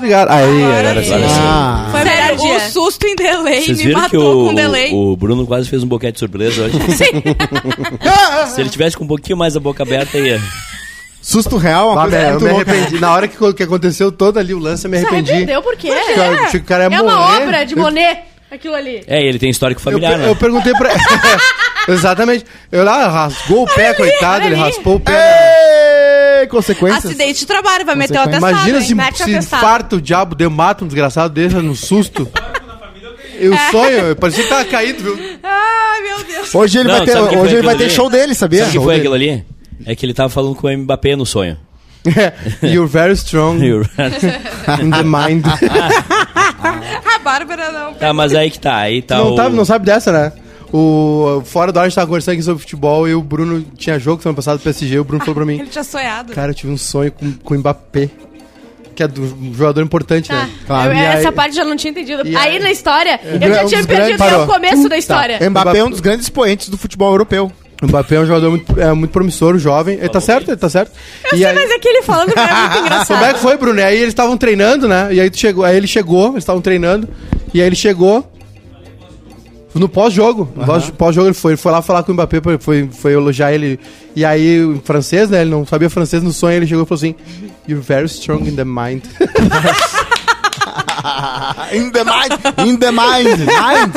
ligaram. Aí, Agora agora sim. sim. Ah. Foi Sério, melhor o dia. susto em delay Vocês me viram que matou com delay. o, o Bruno quase fez um boquete de surpresa hoje? Se ele tivesse com um pouquinho mais a boca aberta, ia. Susto real, uma Bah, coisa velho, Tá eu me muito louca. arrependi. Na hora que, que aconteceu todo ali o lance, eu me Se arrependi. arrependeu por quê? Porque eu né? achei que o cara ia é uma morrer. obra de Monet, aquilo ali. É, ele tem histórico Eu, familiar, per- né? eu perguntei pra. Exatamente. Eu lá rasgou o pé, coitado, ele ali. raspou o pé. né? Ei, consequências. Acidente de trabalho, vai meter o Consequência. atestado. Imagina hein? se, mete se atestado. infarta o diabo, de mata um desgraçado desse num susto. Eu É. sonho, eu parecia que tava caído, viu? Ai, meu Deus. Hoje ele Não, vai ter, sabe o que foi hoje ele vai aquilo ter ali? show dele, sabia? Sabe o que Show foi dele. aquilo ali? É que ele tava falando com o Mbappé no sonho. You're very strong in the mind. A Bárbara não. tá, mas aí que tá. Aí tá não, o... tá, não sabe dessa, né? O, fora da hora a gente tava conversando aqui sobre futebol e o Bruno tinha jogo semana passada do PSG. E o Bruno falou pra mim: Ele tinha sonhado. Cara, eu tive um sonho com, com o Mbappé, que é do, um jogador importante, né? Ah. Claro. Eu- E aí- Ah, é essa parte eu já não tinha entendido. e aí, aí- na história, eu É já um tinha dos perdido grandes- até Parou. o começo da história. Mbappé é um dos grandes expoentes do futebol europeu. O tá. Mbappé é um jogador muito, é, muito promissor, jovem. Ele tá certo, ele tá certo. E Eu sei, aí- mas é que ele falando é muito Como é engraçado. que foi, Bruno? E aí eles estavam treinando, né? E aí, tu chegou, aí ele chegou, eles estavam treinando, e aí ele chegou. No pós-jogo. No pós- pós-jogo ele foi, ele foi lá falar com o Mbappé, pra- foi, foi elogiar ele. E aí, em francês, né? Ele não sabia francês no sonho, ele chegou e falou assim: You're very strong in the mind. In the mind, in the mind, mind.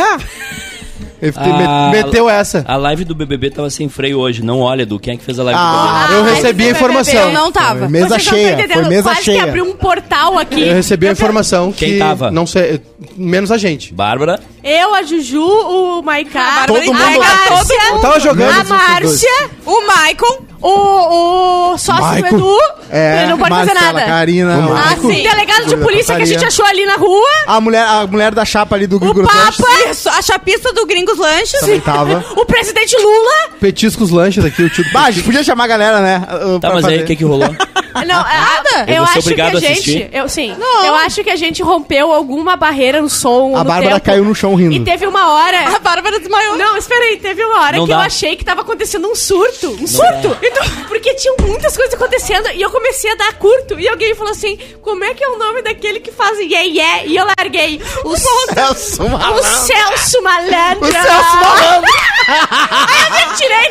Ele Ah, me- meteu essa. A live do BBB tava sem freio hoje. Não olha, Edu. Quem é que fez a live do BBB? Ah, eu mas recebi a isso vai informação. beber. Eu não tava. Foi mesmo. Mesa Vocês não tão cheia, foi entendendo, mesa Quase cheia. que abriu um portal aqui. Eu recebi a informação Quem que. tava? Não sei. Menos a gente. Bárbara. Eu, a Juju, o Maiká, A Bárbara Todo e a mundo- Maica, Márcia, todo Eu mundo. tava jogando. a esses dois. Márcia, O Michael. o, o sócio do Maico. Edu, É, ele não pode fazer Marcela, nada. Karina, Vamos o- lá. Ah, Maico. sim. Delegado de Júlia polícia que a Taparia. gente achou ali na rua. a mulher, a mulher da chapa ali do Google O Papa. Isso, a chapista do Gringos Lanches. Também tava. O presidente Lula. Petiscos lanches aqui, o tio. é- do Bah, a gente podia chamar a galera, né? uh, Tá, pra mas aí fazer. o que que rolou? Não, é nada. Eu Eu vou ser acho que obrigado a a gente. assistir. Eu, sim. Eu acho que a gente rompeu alguma barreira no som. A no Bárbara tempo. caiu no chão rindo. E teve uma hora. A Bárbara desmaiou. Não, espera aí, teve uma hora Não que dá. eu achei que tava acontecendo um surto. Um surto! Então, porque tinham muitas coisas acontecendo e eu comecei a dar curto. E alguém falou assim: como é que é o nome daquele que faz yeah yeah? E eu larguei. O, Celso o Malandro. Celso Malandro! O Celso Malandro. Aí eu me tirei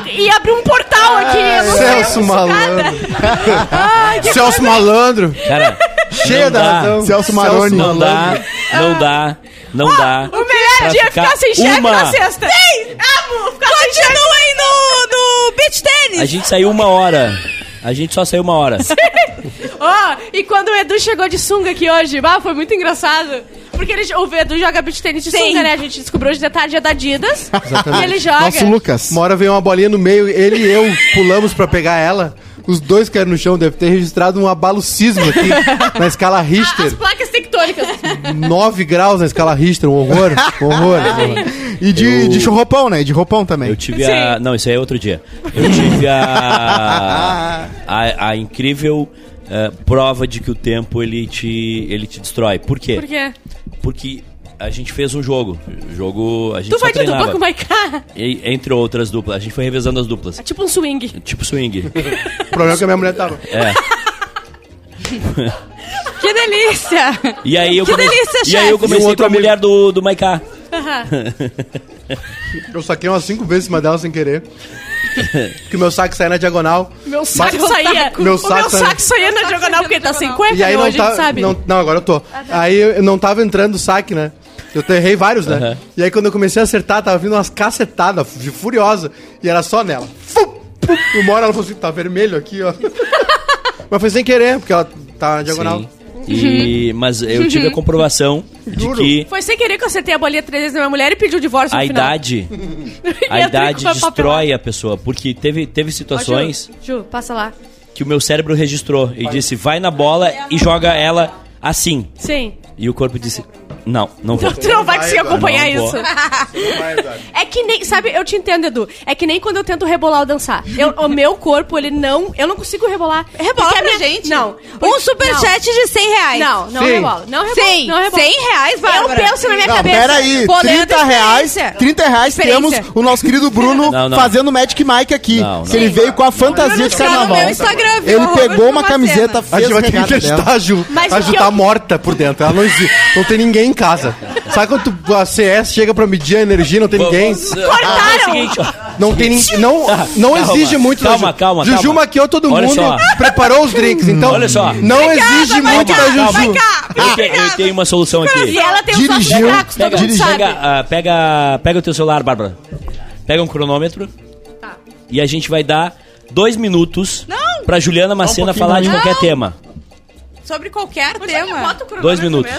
no chão e, e abri um portal aqui. eu não Celso sei Malandro. nada. Ai, que Celso Malandro. Cara, Cheia não da dá, razão. Celso Maroni. Não dá, Ah. não dá, não Ah, dá. O melhor Pra dia é ficar ficar sem chefe uma. na sexta. Sim! Amo! Ficar sem chefe. Continuem no, no beach tênis. A gente saiu uma hora. A gente só saiu uma hora. Ó, e quando o Edu chegou de sunga aqui hoje, bah, foi muito engraçado. Porque ele, o Edu joga beat tênis de Sim. sunga, né? A gente descobriu hoje de tarde é da Adidas. e ele joga. Nosso Lucas. Uma hora veio uma bolinha no meio, ele e eu pulamos pra pegar ela. Os dois caíram no chão, deve ter registrado um abalo sismo aqui na escala Ah, as Richter. placas tectônicas. É. 9 graus na escala Richter, um horror, um horror. E de, Eu- de roupão, né? E de roupão também. Eu tive a. Não, isso aí é outro dia. Eu tive a. a, a incrível eh, prova de que o tempo ele te, ele te destrói. Por quê? Por quê? Porque a gente fez um jogo. Jogo. A gente Tu só vai de dupla treinava. né? com o Maiká? E- Entre outras duplas. A gente foi revezando as duplas. É tipo um swing. Tipo swing. O problema é que a minha mulher tava. Que delícia! E aí eu Que comecei, delícia, E aí chefe. eu comecei E um outro com a amigo. mulher do, do Maiká. Eu saquei umas 5 vezes em cima dela sem querer. Que meu saco saiu na diagonal. Meu saco Mas- saía. tá Meu o saco meu saía. saco saía na diagonal porque ele tá sem cueca, E aí meu, não a gente tá- sabe. Ah, tá. Não, não, agora eu tô. Aí eu não tava entrando o saque, né? Eu te- errei vários, né? Aham. E aí quando eu comecei a acertar, tava vindo umas cacetadas fu- furiosa. E era só nela. Fum, pum. E Uma hora ela falou assim, tá vermelho aqui, ó. Mas foi sem querer, porque ela tá na diagonal. Sim. E, Uhum. mas eu tive a comprovação de Juro. que Foi sem querer que eu acertei a bolinha três vezes na minha mulher e pediu o divórcio a no final. idade. E A eu tô idade com uma papelada. destrói a pessoa. Porque teve, teve Ó, situações Ju, Ju, passa lá. que o meu cérebro registrou e disse: vai na bola e joga ela assim. Sim. E o corpo disse: Não, não vou. Tu não vai conseguir Não vai, acompanhar Eduardo. isso. É que nem, sabe, eu te entendo, Edu. É que nem quando eu tento rebolar ou dançar. Eu- o meu corpo, ele não. Eu não consigo rebolar. Rebola Porque a pra minha- gente. Não. Um Porque- superchat de 100 reais. Não, não Sim. rebola. Não rebola. Sim, não rebola. 100 reais, Bárbara. Eu penso na minha Não, cabeça. peraí, Pô, Leandro, 30 reais, experiência. 30 reais temos Experiência. o nosso querido Bruno Não, não. fazendo Magic Mike aqui. Não, não. que ele veio com a fantasia de Tá no carnaval. meu Instagram, viu? Ele Arroba pegou Bruna uma Macena. camiseta, A fez gente o vai ter que regata dela. entrevistar a Ju. Mas a o Ju que tá eu- morta por dentro. Ela não existe. Não tem ninguém em casa. Sabe quando tu- a CS chega pra medir a energia não tem ninguém? Vamos, ah, é o seguinte, ó. Não tem ninguém. Não, não Ah, Calma, exige muito. da calma, Ju. calma, Juju calma. maquiou todo Olha mundo, só. preparou os drinks. Então, Olha só. não exige vai muito cá, da vai Juju. cá. Eu, te- eu tenho uma solução E aqui. ela tem um os próprios Dirigiu. buracos, todo Pega, mundo sabe. pega, ah, pega, pega o teu celular, Bárbara. Pega um cronômetro. Tá. E a gente vai dar dois minutos Não. pra Juliana Macena pouquinho falar de mais. qualquer Não. tema. Sobre qualquer tema. Dois minutos.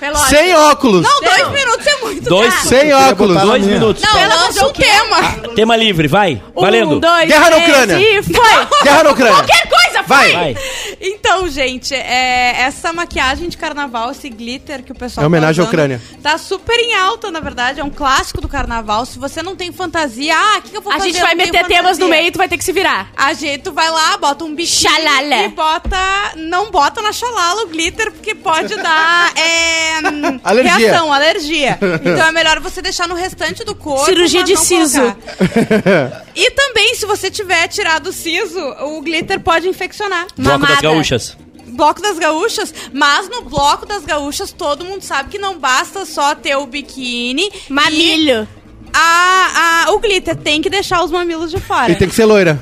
Relógio. Sem óculos. Não, dois minutos é muito. Dois, cara. Sem óculos. botar na dois minha. minutos. Não, lança um tema. Tema livre, vai. Valendo. Um, dois, Guerra na três Ucrânia. E foi. Guerra na Ucrânia. Qualquer coisa, Vai. foi. Vai. Então, gente, é, essa maquiagem de carnaval, esse glitter que o pessoal É homenagem à tá Ucrânia. Tá super em alta, na verdade. É um clássico do carnaval. Se você não tem fantasia, ah, o que, que eu vou A fazer? gente Eu vai não meter tenho temas no fantasia. meio e tu vai ter que se virar. A gente tu vai lá, bota um bichinho Xalala. e bota. Não bota na xalala o glitter, porque pode dar é, hum, Alergia. reação, alergia. Então é melhor você deixar no restante do corpo. Cirurgia mas de não siso. colocar. E também, se você tiver tirado o siso, o glitter pode infeccionar. Bloco das Mamada. Gaúchas. Bloco das Gaúchas, mas no Bloco das Gaúchas todo mundo sabe que não basta só ter o biquíni. e Mamilho. A, a, o glitter tem que deixar os mamilos de fora. E tem que ser loira.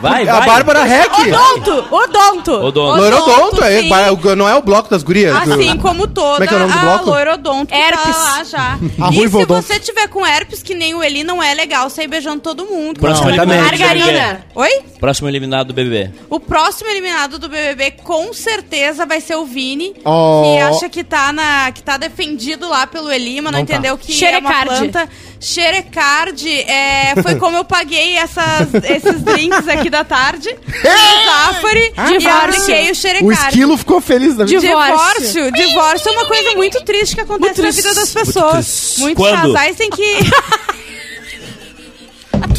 Vai, a vai. Bárbara Heck. Odonto. Odonto. Odonto. Loirodonto. é- sim. vai- o- não é o bloco das gurias. do- Assim como toda Como é que é o nome do a bloco? loirodonto que Herpes. tá lá já. A e se ruiva odonto. você tiver com herpes, que nem o Eli, não é legal sair beijando todo mundo. tá- Próximo Não, eliminado. do Margarina. BBB. Oi? Próximo eliminado do BBB. O próximo eliminado do BBB com certeza vai ser o Vini, Oh. que acha que tá, na, que tá defendido lá pelo Eli, mas não, Não tá. entendeu que Xerecard. é uma planta. Xerecard, é, foi como eu paguei essas, esses drinks aqui da tarde. O Zafari Ah, e Divórcio. apliquei o Xerecard. O esquilo ficou feliz da vida. De- Divórcio. Divórcio é uma coisa muito triste que acontece Muito na triste. vida das Muito pessoas. triste. Muitos Quando? casais têm que.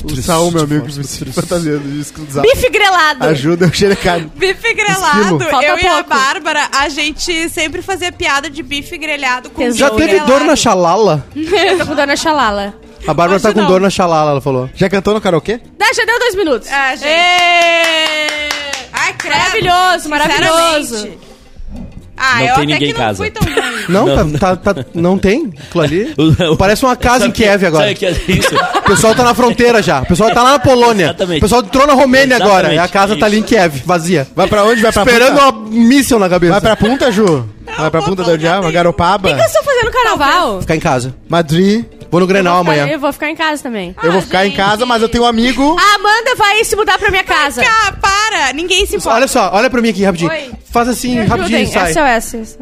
O Saul, meu amigo, que me fantasia do esquilo do Zap. Bife grelado. Ajuda o xerecado. Bife grelado. Esquilo. Falta eu e a pouco. Bárara, a gente sempre fazia piada de bife grelhado com Já bife teve dor grelado. na xalala? Eu tô com dor na xalala. A Bárbara Acho tá com não. dor na xalala, ela falou. Já cantou no karaokê? Dá, já deu dois minutos. Ah, gente. Ai, credo. Maravilhoso, maravilhoso. Sinceramente. Ah, Não eu tem até ninguém que em não casa. fui tão ruim. Não, Não. Tá, tá- tá- não tem aquilo ali. O- o- Parece uma casa Sabe em que- Kiev agora. Sabe que é isso? O pessoal tá na fronteira já. O pessoal tá lá na Polônia. Exatamente. O pessoal entrou na Romênia Exatamente. agora. E a casa tá ali em Isso. Kiev, vazia. Vai pra onde? Vai pra Esperando punta? uma míssil na cabeça. Vai pra punta, Ju? Vai pra punta da Diabo, Garopaba, O que eu estou fazendo no carnaval? Ficar em casa. Madrid. Vou no Grenal Eu vou ficar- amanhã. Eu vou ficar em casa também. Eu vou ficar em gente. casa, mas eu tenho um amigo. A Amanda vai se mudar pra minha casa. Ah, para. Ninguém se importa. Olha só, olha pra mim aqui rapidinho. Oi. Faz assim, Me rapidinho e ajudem. é sai. SOS.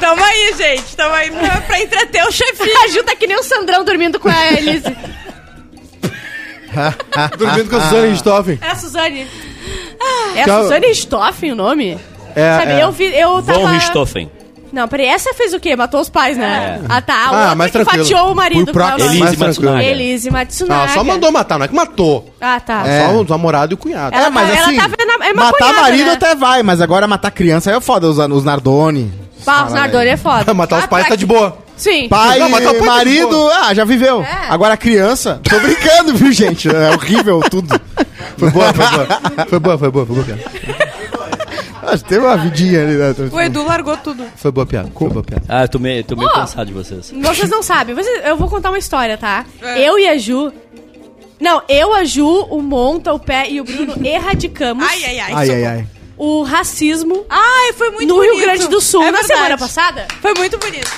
Tamo aí, gente. Tamo aí pra, pra entreter o chefinho. Ajuda tá que nem o Sandrão dormindo com a Elise. Tá Dormindo com a Suzana Richthofen. É a Suzane. É a Calma. Suzane Richthofen o nome? É, Sabe, é. eu vi, eu tava... Von Richthofen. Não, peraí, essa fez o quê? Matou os pais, né? É. Ah, tá. A Ah, outra mas que tranquilo. fatiou o marido. Por proxy. qual é o nome? Elise mais tranquilo. Matsunaga. Elise Matsunaga. Ah, só mandou matar, não é que matou. Ah, tá. É. Só o namorado e o cunhado. Ela tá- ela tá vendo- é É, assim, matar maconhada, marido né? até vai, mas agora matar criança aí é foda, os, os Nardoni. Bah, os Nardoni é foda. matar os Ah, pais tá tá de boa. Sim. Pai, Não, tá matar o pai de marido, boa. ah, já viveu. É. Agora criança, tô brincando, viu, gente? É horrível tudo. Foi boa, foi boa. Foi boa, foi boa, foi boa piada. Acho que teve uma vidinha ali, né? é, O Edu largou tudo. Foi boa piada, foi boa piada. Ah, eu tô meio, tô meio Ó. cansado de vocês. Vocês não sabem. Vocês- eu vou contar uma história, tá? É. Eu e a Ju... Não, eu, a Ju, o Monta, o Pé e o Bruno erradicamos Ai, ai, ai. Ai, socorro. é ai, ai. o racismo Ai, foi muito no bonito. Rio Grande do Sul É na verdade. semana passada. Foi muito bonito.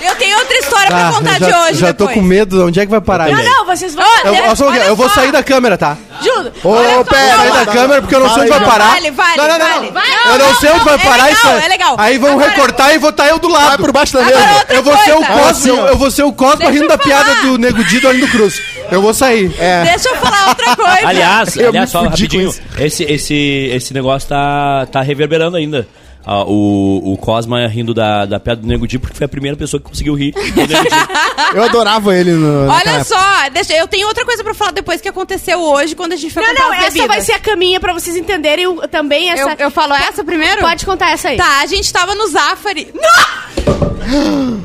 Eu tenho outra história pra contar Ah, já, de hoje já tô depois. com medo de onde é que vai parar Eu Não, isso. não, vocês vão... Eu, eu só- um Olha eu vou só. sair da câmera, tá? Juro. Ô, Olha só, pera, sai calma. da câmera porque eu não sei onde vai Fala aí, parar. Vale, vale, não, não, não, vale. não. Vai, eu não, não, sei onde não, vai é parar legal, isso. aí. é legal. Aí vão Agora- recortar e vou estar eu do lado. é Vai por baixo da Agora mesa. outra Eu vou ser o coisa. Cosmo, Assim, ó. eu vou ser o Cosmo Deixa rindo da eu falar. piada do Nego Dido Arlindo Cruz. Eu vou sair. É. Deixa eu falar outra coisa. Aliás, Eu aliás me só fudi com rapidinho, isso. esse, esse, esse negócio tá, tá reverberando ainda. Ah, o, o Cosma rindo da, da piada do Nego Di, porque foi a primeira pessoa que conseguiu rir. do Nego Di. Eu adorava ele no. naquela Olha época. só, deixa- eu tenho outra coisa pra falar depois que aconteceu hoje quando a gente foi Não, comprar não, as essa bebidas. vai ser a caminha pra vocês entenderem o- também essa. Eu, eu falo essa primeiro? Pode contar essa aí. Tá, a gente tava no Zafari. Não!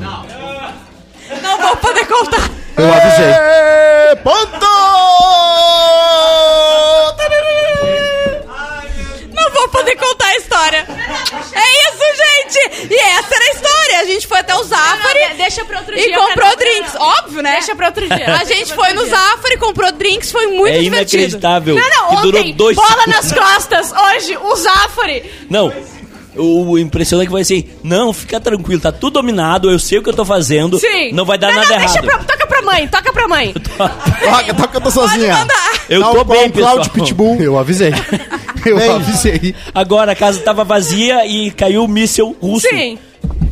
Não vou poder contar. Eu avisei. É, Ponto! Não vou poder contar a história. É isso, gente! E essa era a história. A gente foi até o Zafari. de- deixa pra outro E dia, eu comprou quero- drinks. não, não. Óbvio, né? Deixa pra outro dia. A gente foi no Zafari, comprou drinks, foi muito É divertido. inacreditável. Não, não, que ontem, durou dois bola segundos. nas costas, hoje, o Zafari. Não. O impressionante é que vai assim, não, fica tranquilo, tá tudo dominado, eu sei o que eu tô fazendo, Sim. não vai dar nada deixa errado. Pra, toca pra mãe, toca pra mãe. Toca, toca, eu tô sozinha. mandar. Eu Tal tô qual bem, o Cláudio pessoal. Pitbull. Eu avisei. Eu Bem. avisei. Agora a casa tava vazia e caiu o míssel russo. Sim.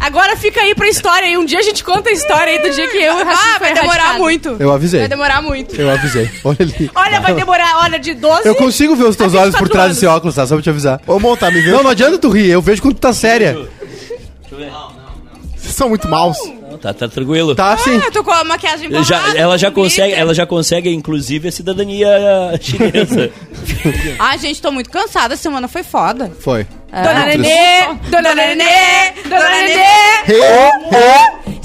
Agora fica aí pra história aí. Um dia a gente conta a história aí do dia que eu e o Rafinha Ah, foi vai demorar erradicado. muito. Eu avisei. Vai demorar muito. Eu avisei. Olha ali. Olha, vai demorar, olha, de 12... Eu consigo ver os teus a olhos por 24 trás anos. desse óculos, tá? Só pra te avisar. Ô, Monta, me vê. Não, não adianta tu rir. Eu vejo quando tu tá séria. Vocês são muito maus. Tá, tá tranquilo. Tá assim. Ah, eu tô com a maquiagem Então, ah, Já, borrada, ela já bonita. consegue, ela já consegue inclusive a cidadania eh, chinesa. Ai, Ah, gente, tô muito cansada. A semana foi foda. Foi. É, Tá Dona Outros. Nenê, Dona Nenê, Dona Nenê.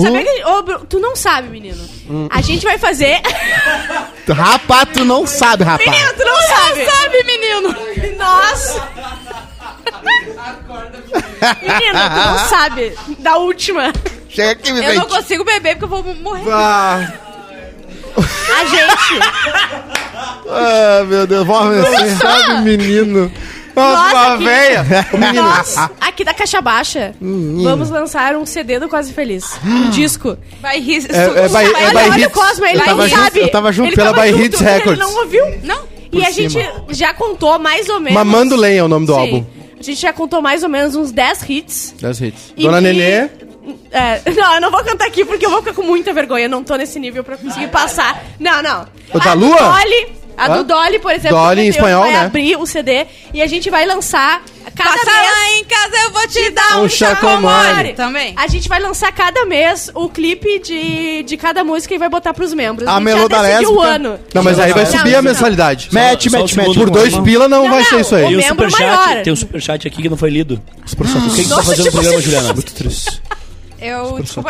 Sabia que... Ô, Bru- tu não sabe, menino. Hum. A gente vai fazer... Rapá, tu não sabe, rapá. menino, tu não sabe. sabe, menino. Nossa. menino, tu não sabe. Da última. Chega aqui, me Eu vem. não consigo beber porque eu vou morrer. Ah, A gente... Ah, meu Deus, vou você sabe, menino. Nossa, Nossa, uma que- véia. Menino. Nós, aqui da Caixa Baixa, vamos lançar um CD do Quase Feliz. Um disco. Vai rir. É, é, by- Olha, é by olha o hits. Cosma, ele eu tava não junto, sabe. Eu tava junto Ele pela tava By junto, Hits ele Records. não ouviu? Não. E a gente já contou mais ou menos. Mamando Lem é o nome do Sim. álbum. A gente já contou mais ou menos uns 10 hits. Das hits. e Dona que- Nenê. É, não, eu não vou cantar aqui porque eu vou ficar com muita vergonha. Eu não tô nesse nível pra conseguir passar. Não, não. O da tá A do Lua? Dolly. A do Hã? Dolly, por exemplo. Dolly em meu Deus, espanhol, vai né? abrir o CD e a gente vai lançar cada Passa vez... lá em casa, eu vou te dar Um um, chacomole. chacomole. Também. A gente vai lançar cada mês o clipe de, de cada música e vai botar pros membros. A gente já Meloda decidiu o Lésbica. ano. Não, mas aí vai Não, subir isso a não. mensalidade. Mete, Só- só mete, um mete. segundo, Por dois Irmão. pila não, Não, vai ser não, isso aí. Tem o membro maior. superchat, tem o superchat aqui que não foi lido. O que, que tu tá Nossa, fazendo no tipo, programa, você- Juliana? Muito triste. Eu, desculpa,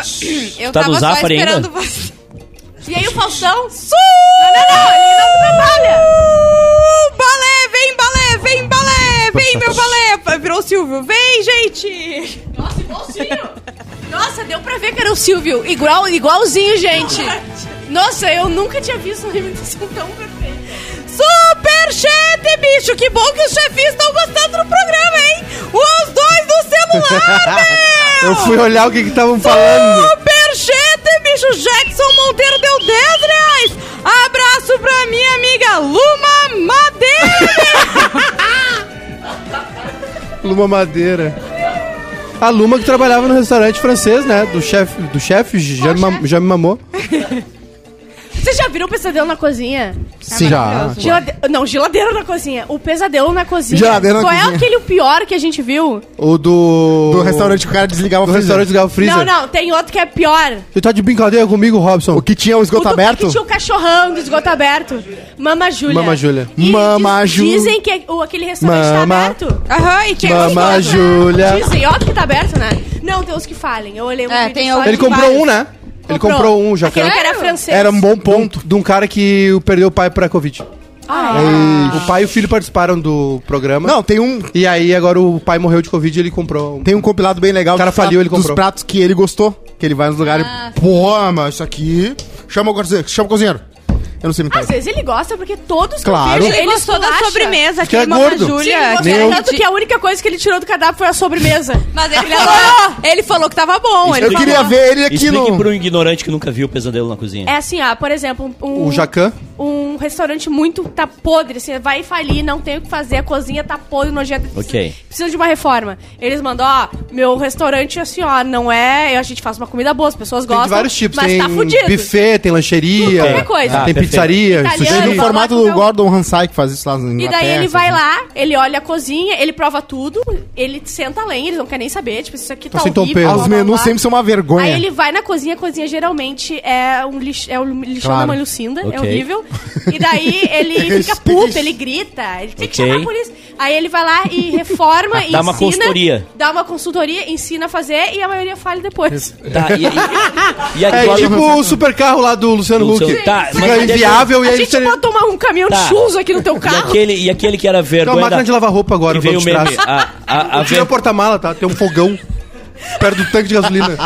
eu Tá no tava só Zafari ainda? esperando você. E aí o Faustão? Su- Não, não, não, ele não trabalha. Uh, Balé, vem, balé, vem, balé, vem, meu balé. Virou o Silvio. Vem, gente. Nossa, igualzinho. Nossa, deu pra ver que era o Silvio. Igual, igualzinho, gente. Nossa, eu nunca tinha visto uma imitação tão perfeita. Superchat, bicho. Que bom que os chefes estão gostando do programa, hein? Os dois do celular, meu. Eu fui olhar o que que estavam falando. Superchat, bicho. Jackson Monteiro deu 10 reais. Abraço pra minha amiga Luma Madeira. Luma Madeira. A Luma que trabalhava no restaurante francês, né? Do chefe, do chefe, já, me mam- já me mamou. Vocês já viram o pesadelo na cozinha? Sim. Já. Gelade... Não, geladeira na cozinha. O pesadelo na cozinha. Geladeira na Qual é cozinha. aquele o pior que a gente viu? O do... Do restaurante que o cara desligava Do o freezer. restaurante do Galo Freezer. Não, não, tem outro que é pior. Você tá de brincadeira comigo, Robson? O que tinha o O esgoto do- aberto? Que tinha o cachorrão do esgoto aberto. Mama Júlia. Mama Júlia. E Mama diz- Ju- Dizem que é o- aquele restaurante Mama- tá aberto. Aham, e quem é o Mama outro? Júlia. Dizem, óbvio que tá aberto, né? Não, tem os que falem. Eu olhei um É, vídeo tem só alguns Ele de comprou vários. um, né? Ele Comprou. comprou um, já que Aquele é era, que era francês. era um bom ponto de um cara que perdeu o pai pra Covid. É, Ah, O pai e o filho participaram do programa. Não, tem um, E aí agora o pai morreu de Covid e ele comprou. um. tem um compilado bem legal O cara dos pratos- faliu, ele comprou. dos pratos que ele gostou. Que ele vai nos lugares Ah, e. Porra, mas isso aqui. Chama o cozinheiro. Chama o cozinheiro. Eu não sei me é. Às vezes ele gosta, porque todos que eu Claro. vejo, Ele, ele gostou da esculacha. sobremesa, Porque que é é gordo. Sim, Júlia. ele gostou, Nem eu- Tanto que a única coisa que ele tirou do cardápio foi a sobremesa. Mas ele falou, ele falou que tava bom. Ele Eu queria ver ele aqui Explique no. pro ignorante que nunca viu o pesadelo na cozinha. É assim, ah, por exemplo, um... um- O Jacan. um restaurante muito. tá podre, assim, vai falir, não tem o que fazer, a cozinha tá podre, nojenta. Ok. Precisa, precisa de uma reforma. Eles mandam, ó, meu restaurante, assim, ó, não é. A gente faz uma comida boa, as pessoas Tem gostam. de vários tipos. mas Tem um tá fudido. buffet, tem lancheria. Qualquer coisa. Ah, tem perfeito. pizzaria, Italiano, sushi. No Ele fala formato com do meu- Gordon Ramsay, que faz isso lá na E Inglaterra. daí ele vai assim. lá, ele olha a cozinha, ele prova tudo, ele senta além, eles não querem nem saber, tipo, isso aqui tá sem horrível. tempero. blá, Os blá, menus blá. sempre são uma vergonha. Aí ele vai na cozinha, a cozinha geralmente é um, lix, é um lixão Claro. da mãe Lucinda, Ok. é horrível. E daí ele fica puto, ele grita, ele tem que Ok. chamar a polícia. Aí ele vai lá e reforma e Dá ensina. uma consultoria. Dá uma consultoria, ensina a fazer e a maioria falha depois. Tá, e, e, e É aqui- tipo o supercarro lá do Luciano Luciano, Huck. tá, mas Fica deixa eu- inviável e a aí gente ele pode tomar um caminhão Tá. de churros aqui no teu E carro. aquele, e aquele que era Tem uma vergonha máquina de da... lavar roupa agora Que no veio banco o de trás. meme. A, a, a, Tira o ver- porta-mala, tá? Tem um fogão perto do tanque de gasolina.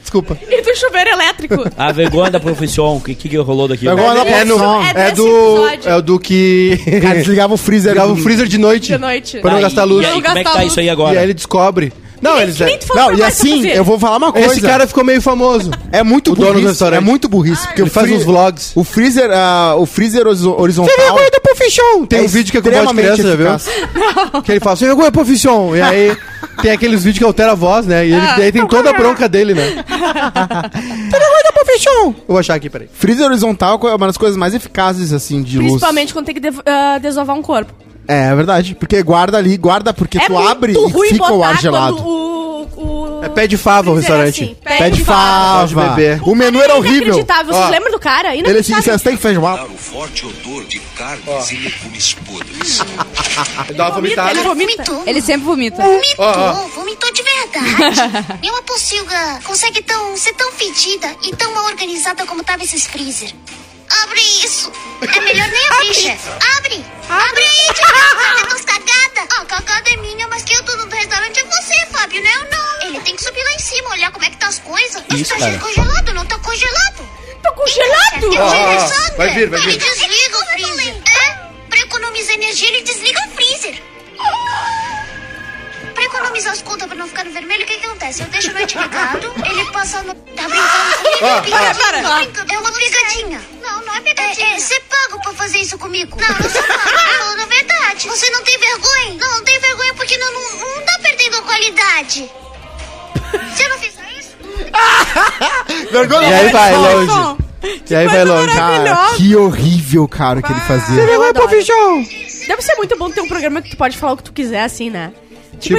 Desculpa. E do chuveiro elétrico. a vergonha da profissão. O que, que rolou daqui? Vergonha da É, no, profissão. é, desse do. episódio. É o do que. Cara, desligava o freezer. Ligava o freezer de noite. De noite. Pra não Tá, gastar e- luz. E aí, como é que Gastar tá luz. isso aí E aí agora? ele descobre. Não, eles. é- nem tu falou é Não, pra e mais pra assim, fazer. eu vou falar uma coisa. Esse cara ficou meio famoso. é muito o dono do burrice. É restaurante. muito Ah, burrice. Porque Ele o faz freezer- uns vlogs. O freezer, ah, o freezer horizo- É horizontal. da profissão. Tem É um vídeo que é com voz de criança, já viu? extremamente Que ele fala, sem vergonha, profissão. E aí tem aqueles vídeos que altera a voz, né? E ele, Ah. daí tem toda a bronca dele, né? Sem vergonha da profissão. Eu vou achar aqui, peraí. Freezer horizontal é uma das coisas mais eficazes, assim, de luz. Principalmente quando tem que dev- ah, desovar um corpo. É, é verdade. Porque guarda ali, guarda porque É tu abre e fica o ar gelado. quando o, o... É pé de fava o freezer é restaurante. assim, pé, pé de de fava. fava. Pode beber. O menu era horrível. Inacreditável. Vocês lembram do cara? Ele assim, Inacreditável. vocês têm que feijoada. Dar o forte odor de carnes e legumes podres. Dá uma Vomita, né? ele vomita. Ele sempre vomita. Vomitou, Ó, vomitou de verdade. Nenhuma pocilga consegue tão, ser tão fedida e tão mal organizada como tava esses freezer. Abre isso. É melhor nem abrir, chefe. Abre. Abre aí, Tiago. Tá cagada. Ó, cagada é minha, mas quem é o dono do restaurante é você, Fábio, não eu não. Ele tem que subir lá em cima, olhar como é que tá as coisas. Mas Isso, tá cara. congelado, não tá congelado. Tô Chefe, eu congelado. tiro ó, sangue. vai vir, vai vir. Ele desliga o freezer. É? Pra economizar energia, ele desliga o freezer. Pra economizar as contas pra não ficar no vermelho, o que que acontece? Eu deixo no ligado, ele passa no... Tá brincando comigo? Ah, Pica- ah. Para, para. É uma pegadinha. Não, não é pegadinha. Você paga pra fazer isso comigo. Não, não sou pago. Eu falo na verdade. Você não tem vergonha? Não, não tem vergonha porque não, não, não tá perdendo a qualidade. Você não fizer isso? E aí vai longe. Bom, E aí vai coisa longe. Cara, Maravilhoso. que horrível, cara, que ele fazia. Eu adoro. profissão. Deve ser muito bom ter um programa que tu pode falar o que tu quiser, assim, né? Tipo,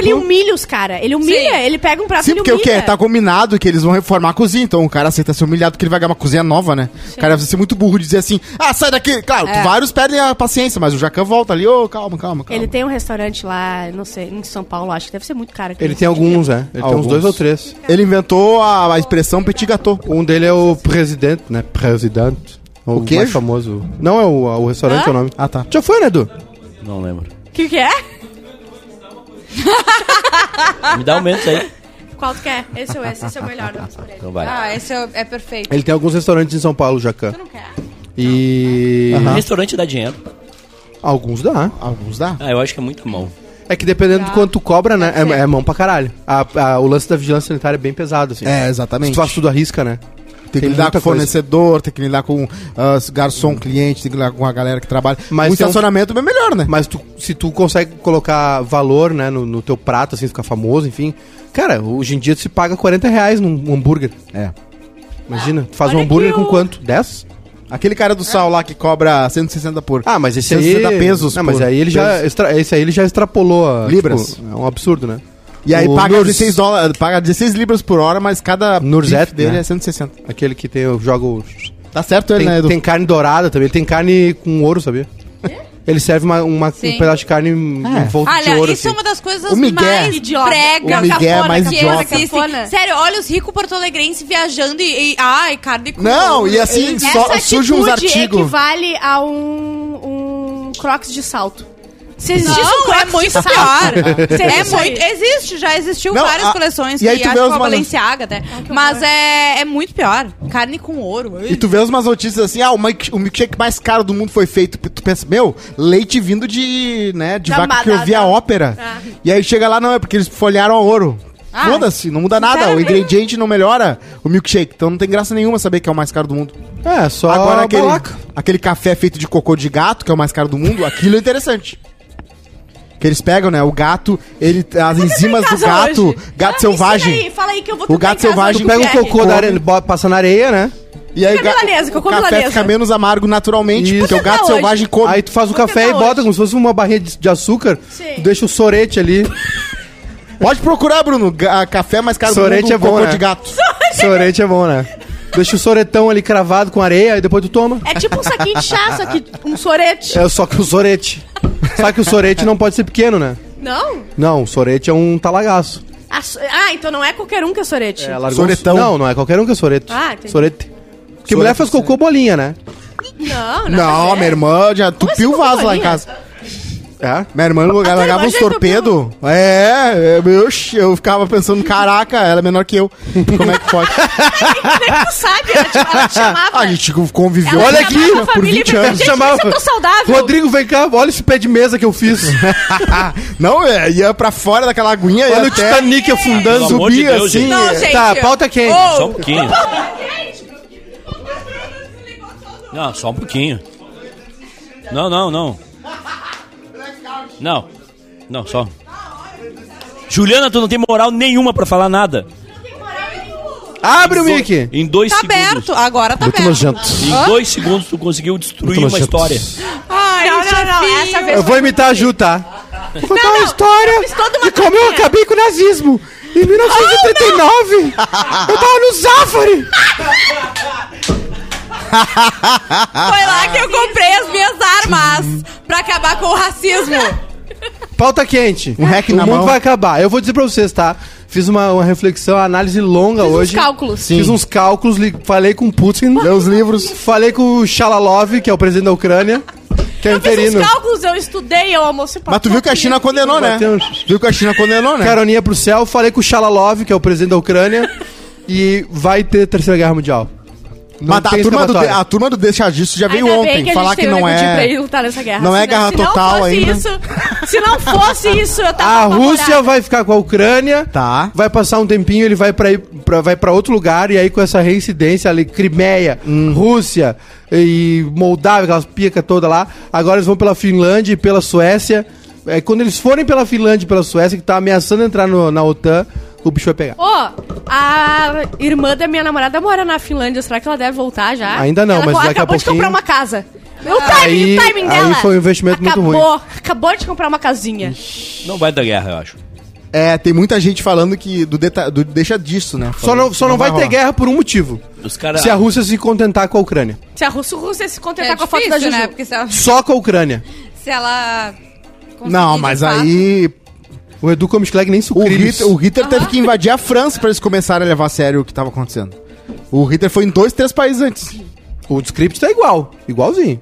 Tipo? ele humilha os caras. Ele humilha, ele pega um prato Sim, e ele porque humilha. o que? Tá combinado que eles vão reformar a cozinha, então o cara aceita ser humilhado porque ele vai ganhar uma cozinha nova, né? O cara vai ser muito burro de dizer assim, ah, sai daqui. Claro, É. vários perdem a paciência, mas o Jacan volta ali, ô, calma, calma, calma. Ele tem um restaurante lá, não sei, em São Paulo, acho que deve ser muito caro. Ele tem alguns, né? Ele tem uns Alguns. dois ou três. Ele inventou a, a expressão petit gâteau. Um dele é o presidente, né? Presidente. O, quê? mais famoso. Não é o, o restaurante, é o nome. Ah, tá. Já foi, né, Edu? Não lembro. O que, que é? Me dá um menos aí. Qual tu quer? Esse ou esse? Esse é o melhor. Vamos por ele. Então vai. Ah, esse é, é perfeito. Ele tem alguns restaurantes em São Paulo, Jacan. Tu não quer? E. Restaurante dá dinheiro. Alguns dá. Alguns dá. Ah, eu acho que é muito mão. É que dependendo Tá. do quanto tu cobra, né? É, é mão pra caralho. A- a- o lance da vigilância sanitária é bem pesado, assim. É, Se tu exatamente. faz tudo à risca, né? Tem que Tem lidar muita com coisa. fornecedor, tem que lidar com ah, garçom, cliente, tem que lidar com a galera que trabalha. Mas o tem um- estacionamento é melhor, né? Mas tu- se tu consegue colocar valor, né, no, no teu prato, assim, ficar famoso, enfim. Cara, hoje em dia tu se paga 40 reais num hambúrguer. É. Imagina, tu faz um Olha hambúrguer que com o- quanto? 10? Aquele cara do sal lá que cobra 160 por. Ah, mas esse aí. 160 pesos Não, mas por- aí ele já. pesos. Extra, esse aí ele já extrapolou. a- Libras. tipo, é um absurdo, né? E aí O paga Nurs- 16 dólares, paga 16 libras por hora, mas cada Nurzet, bife dele né? é 160. Aquele que tem, eu jogo. Tá certo ele, Tem, né, Edu? tem carne dourada também. Ele tem carne com ouro, sabia? Ele serve uma, uma- um Sim. pedaço de carne envolto de Olha, ouro. isso é assim. uma das coisas O Miguel. é mais Idiota. prega O Miguel é mais que idiota. existem. Sério, olha os ricos porto-alegrenses viajando e, e- Ai, carne com... Não, e assim, só Essa surge é uns atitude artigos. equivale a um, um crocs de salto. Se existisse um Não, crocs é muito de salto, pior. seria É isso aí. muito, existe, já existiu Não, várias a- coleções e aí que tu vê acham os a malandros. Balenciaga até. que Mas horror. é, é muito pior. Carne com ouro. E tu vê umas notícias assim, ah, o milk- o milkshake mais caro do mundo foi feito. Tu pensa, meu, leite vindo de, né, de Da vaca que ma- eu vi a da- Ah. ópera. E aí chega lá, não, é porque eles folhearam a ouro. Ah. Foda-se, não muda nada. O Sinceramente. ingrediente não melhora o milkshake. Então não tem graça nenhuma saber que é o mais caro do mundo. É, só Agora aquele, balaca. aquele café feito de cocô de gato, que é o mais caro do mundo, aquilo é interessante. Que eles pegam, né? O gato, ele. As enzimas tá do gato, gato Ah, ensina selvagem. Aí, fala aí que eu vou O gato selvagem um Tu pega o Jack. cocô da areia, bota- passa na areia, né? E aí o Fica ga- milanesa, o cocô café milanesa. fica menos amargo naturalmente, Isso. porque o Vou gato tentar selvagem tá hoje. come. Aí tu faz o Vou café e tentar bota hoje. como se fosse uma barrinha de, de açúcar. Sim. Tu deixa o sorete ali. Pode procurar, Bruno. Ga- café mais caro Sorete é bom, cocô né? de gato. sorete é bom, né? Deixa o soretão ali cravado com areia e depois tu toma. É tipo um saquinho de chá, só que um sorete. É só que o sorete. Só que o sorete não pode ser pequeno, né? Não? Não, o sorete é um talagaço. Ah, so- Ah, então não é qualquer um que é sorete. É, largou Soretão. um- Não, não é qualquer um que é soreto. Ah, entendi. Sorete. Porque mulher faz cocô bolinha, né? Não, Não, minha irmã já tupiu assim, o vaso lá companhia? em casa. É. Minha irmã ela tua largava irmã uns já torpedo. É, é, eu, eu ficava pensando, caraca, ela é menor que eu. Como é que pode? Como é que tu sabe? Ela te, ela te chamava. A gente conviveu. Ela Olha chamava aqui, a família por e 20 falava, anos. Gente, Chamava- mas eu tô saudável. Rodrigo, vem cá, olha esse pé de mesa que eu fiz. Não, é, ia pra fora daquela aguinha e olha o até... Titanic afundando. Pelo amor de subia Deus, assim. gente. Não, gente. Tá, pauta quente. Ô, Só um pouquinho. Não, só um pouquinho. Não, não, não. Não. Não, só. Juliana, tu não tem moral nenhuma pra falar nada. Abre o mic. Em dois Tá segundos. aberto, agora tá aberto. Em dois segundos tu conseguiu destruir Muito uma nojento. história. Ai, Não, não, não, chefinho. essa vez- Eu vou imitar a Ju, tá? Vou contar uma história fiz toda uma de como eu campanha. acabei com o nazismo. Em 1939, eu tava no Zafari. Foi lá que eu comprei as minhas armas pra acabar com o racismo. Pauta quente. Um hack o na mundo mão. vai acabar. Eu vou dizer pra vocês, tá? Fiz uma, uma reflexão, uma análise longa Fiz uns hoje. cálculos. Fiz uns cálculos, li- falei com o Putin. Leu os livros. Falei com o Shalalov, que é o presidente da Ucrânia. Que é Eu fiz interino. uns cálculos, eu estudei, eu almocei pra Mas tu viu que a China condenou, né? Bateu. Viu que a China condenou, né? Caroninha pro céu. Falei com o Shalalov, que é o presidente da Ucrânia. e vai ter Terceira Guerra Mundial. Não Mas a tem turma, do, escapatória. a turma do Deixa Disso já veio Ainda bem ontem a gente falar que tem um o não Negudi Pra é... ir lutar nessa guerra. não é Senão- guerra se não total fosse ainda. isso- se não fosse isso, eu tava A apavorada. Rússia vai ficar com a Ucrânia. Tá. Vai passar um tempinho, ele vai pra, ir- pra- vai pra outro lugar. E aí, com essa reincidência ali, Crimeia, Hum. Rússia e Moldávia, aquelas picas toda lá. Agora eles vão pela Finlândia e pela Suécia. É, quando eles forem pela Finlândia e pela Suécia, que tá ameaçando entrar no- na OTAN, o bicho vai pegar. Ô, a irmã da minha namorada mora na Finlândia. Será que ela deve voltar já? Ainda não, ela mas co- daqui a acabou de pouquinho- comprar uma casa. O timing, Aí- o timing aí dela. foi um investimento muito acabou, ruim. Acabou de comprar uma casinha. Não vai dar guerra, eu acho. É, tem muita gente falando que do, deta- do Deixa Disso, né? Só não, só não, vai, ter rolar. guerra por um motivo. Os caras. Se a Rússia se contentar com a Ucrânia. Se a Rússia, Rússia se É contentar tá com a foto da Juju. né? Porque se ela... Só com a Ucrânia. Se ela conseguir, Não, de mas fato- aí... O Edu Comiskleg nem O sucrilhos. Hitler, o Hitler teve que invadir a França pra eles começarem a levar a sério o que tava acontecendo. O Hitler foi em dois, três países antes. O script tá igual. Igualzinho.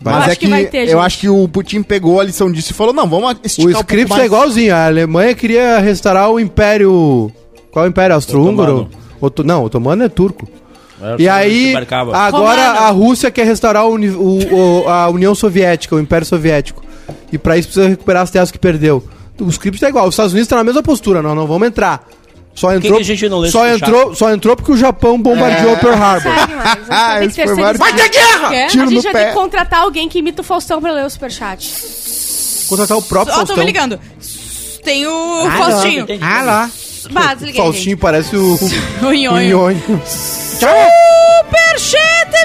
Mas acho é que que, vai ter, eu gente. acho que o Putin pegou a lição disso e falou: não, vamos esticar O um pouco script mais. é igualzinho. A Alemanha queria restaurar o Império. Qual é o Império? Austro-Húngaro? Oto- Não, otomano é turco. É, E aí, embarcava. agora Romano. a Rússia quer restaurar o uni- o- o- a União Soviética, o Império Soviético. E pra isso precisa recuperar as terras que perdeu. O script tá igual. Os Estados Unidos estão na mesma postura, nós não vamos entrar. Só entrou, que a gente não lê só, esse entrou, só entrou porque o Japão bombardeou Pearl Harbor. Sabe, mas a gente vai ter que Ah, esse foi terceirizar. vários- Vai ter guerra! Quer? Tiro É, a gente no vai pé. ter que contratar alguém que imita o Faustão pra ler o superchat. Contratar o próprio Ó, tô me Faustão. ligando. Tem o Faustinho. Ah, lá. Bah, desliguei, Faustinho parece o, o gente. O Nhonho. Nhonho. Superchat,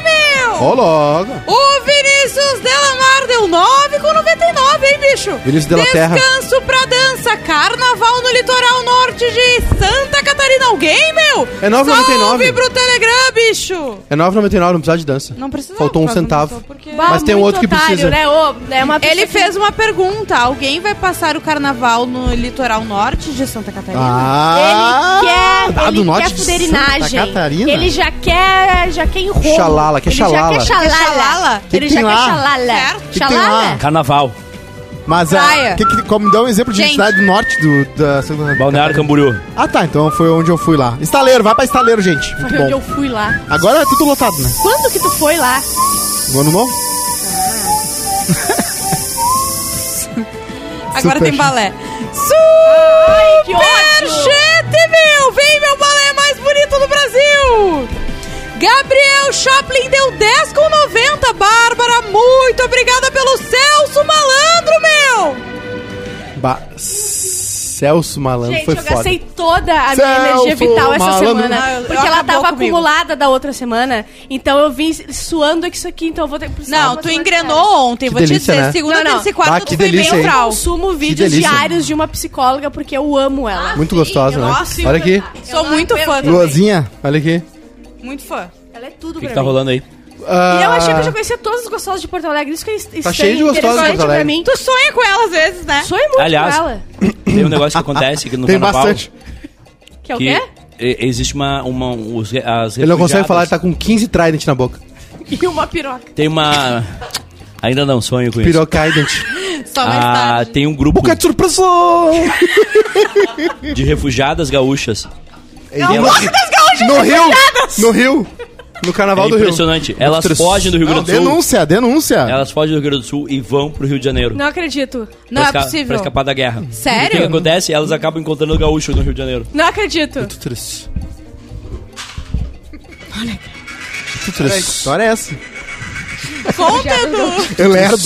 meu! Ó logo. O Vinícius Delamar deu 9,99, hein, bicho? Vinícius Della Terra. Descanso pra dança, carnaval no litoral norte de Santa Catarina. Alguém, meu? É 9,99. Salve pro Telegram, bicho. É 9,99, não precisa de dança. Não precisa. Faltou um quase não centavo. precisou, porque- Bah, Mas tem um muito outro que otário, precisa. Né? Ô, é uma Ele pessoa que- fez uma pergunta. Alguém vai passar o carnaval no litoral norte de Santa Catarina? Ah, Ele quer, ah, do ele norte quer de fuderinagem. Santa Catarina? Ele já quer, já quer enrolo. Xalala, quer ele xalala. já quer Quer xalala? xalala. Que ele que já tem quer lá? xalala. Certo. Que que tem lá? Carnaval. Mas a, Praia. que, que, como dá um exemplo de Gente. cidade do norte do, da Santa Catarina. Balneário Camboriú. Ah, tá, então foi onde eu fui lá. Estaleiro, vai pra estaleiro, gente. Foi Muito é onde eu bom. fui lá. Agora é tudo lotado, né? Quando que tu foi lá? No ano novo? Agora Super tem balé. Ai, que ódio. Superchat, Temil, vem meu balé mais bonito do Brasil! Gabriel Chaplin deu 10 com 90, Bárbara, muito obrigada pelo Celso Malandro, meu! Ba- Celso Malandro Gente, foi eu foda. gastei toda a minha Celso energia vital essa Malandro. semana. Não, porque ela Ah, acabou tava comigo. acumulada da outra semana. Então eu vim suando com isso aqui, então eu vou ter que precisar Não, uma tu semana de engrenou ontem, vou delícia, te dizer, né? segunda, Não, não. terça e quarta Ah, tu que foi bem delícia, hein? férias. Eu fral. consumo vídeos delícia. diários de uma psicóloga porque eu amo ela. Muito gostosa, né? nossa, Olha aqui, Sou muito fã também. Luazinha, olha aqui. Muito fã. Ela é tudo O que, pra que tá mim. rolando aí? Ah, Tá E eu achei que eu já conhecia todas as gostosas de Porto Alegre. Isso que é est- estranho, cheio de gostosas de interessante Porto Alegre. pra mim. Tu sonha com ela às vezes, né? Sonho muito Aliás, com ela. Tem um negócio que acontece aqui no tem carnaval. bastante. Que é o que quê? e- existe uma. uma os, re- as Ele não consegue refugiadas. falar, ele tá com 15 trident na boca. E uma piroca. Tem uma. Ainda não sonho com isso. Pirocaident. Só mais Ah, tarde. tem um grupo É Boca de surpresa! de refugiadas gaúchas. Ele- No Rio! No Rio! No Carnaval É do Rio. impressionante. Elas Monstros. fogem do Rio Não, Grande do Sul. denúncia, denúncia. Elas fogem do Rio Grande do Sul e vão pro Rio de Janeiro. Não acredito. pra Não é esca- Pra possível. escapar da guerra. Sério? O que, que acontece? Elas acabam encontrando o gaúcho no Rio de Janeiro. Não acredito. Muito triste. Muito triste. Que história é essa? Conta do... Eu lerdo.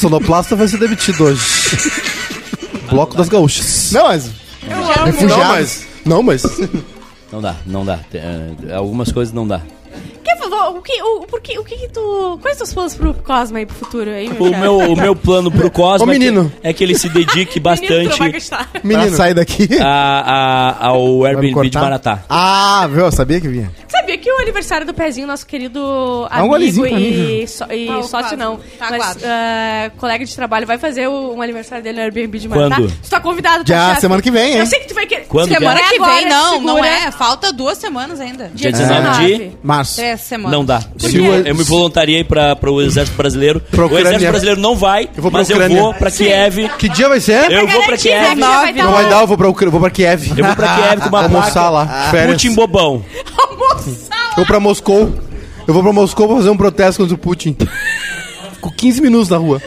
Sonoplasta vai ser demitido hoje. Bloco das gaúchas. Não, mas... Não, Refugiados. mas... Não, mas... Não dá, não dá. Tem, eh, algumas coisas não dá. Quer falar o que, o, por que, o que que tu... Quais são os planos pro Cosma aí, pro futuro aí, meu O chapa? meu, o meu plano pro Cosmo Ô, menino. É, que, é que ele se Menino, tu dedique não vai bastante acreditar. Menino. Pra sair daqui... a, a- ao vai me Ah, Airbnb de cortar? Maratá. Ah, viu? Eu sabia que vinha. Sabia que o aniversário do Pezinho, nosso querido um amigo golezinho pra mim, e, só- e Ah, o sócio quadro. não, Tá, mas quadro. ah, colega de trabalho, vai fazer o, um aniversário dele no Airbnb de Maratá. Quando? Tu tá convidado. tá, Já, chefe? semana que vem, Eu hein? sei que tu vai querer. Quando que é? Semana Semana que agora, vem, não, não segura. é. Falta duas semanas ainda. Dia Dia 19 19 de... Março. É. Três semanas. Não dá. Se Eu, o- eu me voluntariei para o Exército Brasileiro. Pra O Exército Ucrânia. Brasileiro não vai, Eu vou pra mas eu Ucrânia. vou para Kiev. Que dia vai ser? Eu vou para Garantido, né, Kiev. que já vai Nove. tá Não lá. vai dar, eu vou pra, Ucra- eu vou pra Kiev. Eu vou pra Kiev com uma Almoçar placa. Ah. lá, férias. Putin bobão. Eu vou pra Moscou. Eu vou pra Moscou pra fazer um protesto contra o Putin. Com 15 minutos na rua.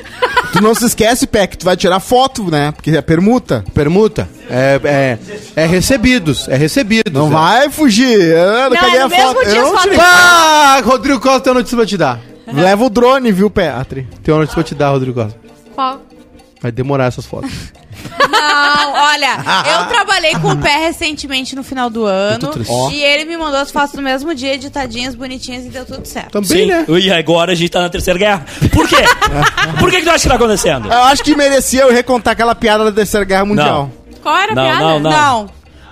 Tu não se esquece, Peck, tu vai tirar foto, né? Porque é permuta. Permuta. É, é, é recebidos. É recebidos. Não é. vai fugir. Ah, Não, cadê é a no mesmo foto? dia as Eu não fotos. tirei. Ah, Rodrigo Costa tem uma notícia pra te dar. Leva o drone, viu, Petri? Tem uma notícia pra te dar, Rodrigo Costa. Qual? Vai demorar essas fotos. Não, olha, eu trabalhei com o pé recentemente no final do ano. triste. E ele me mandou as fotos no mesmo dia, editadinhas, bonitinhas, e deu tudo certo. Também, né? E agora a gente tá na terceira guerra. Por quê? Por que, que tu acha que tá acontecendo? Eu acho que merecia eu recontar aquela piada da Terceira Guerra Mundial. Qual era a Não, piada? não, não.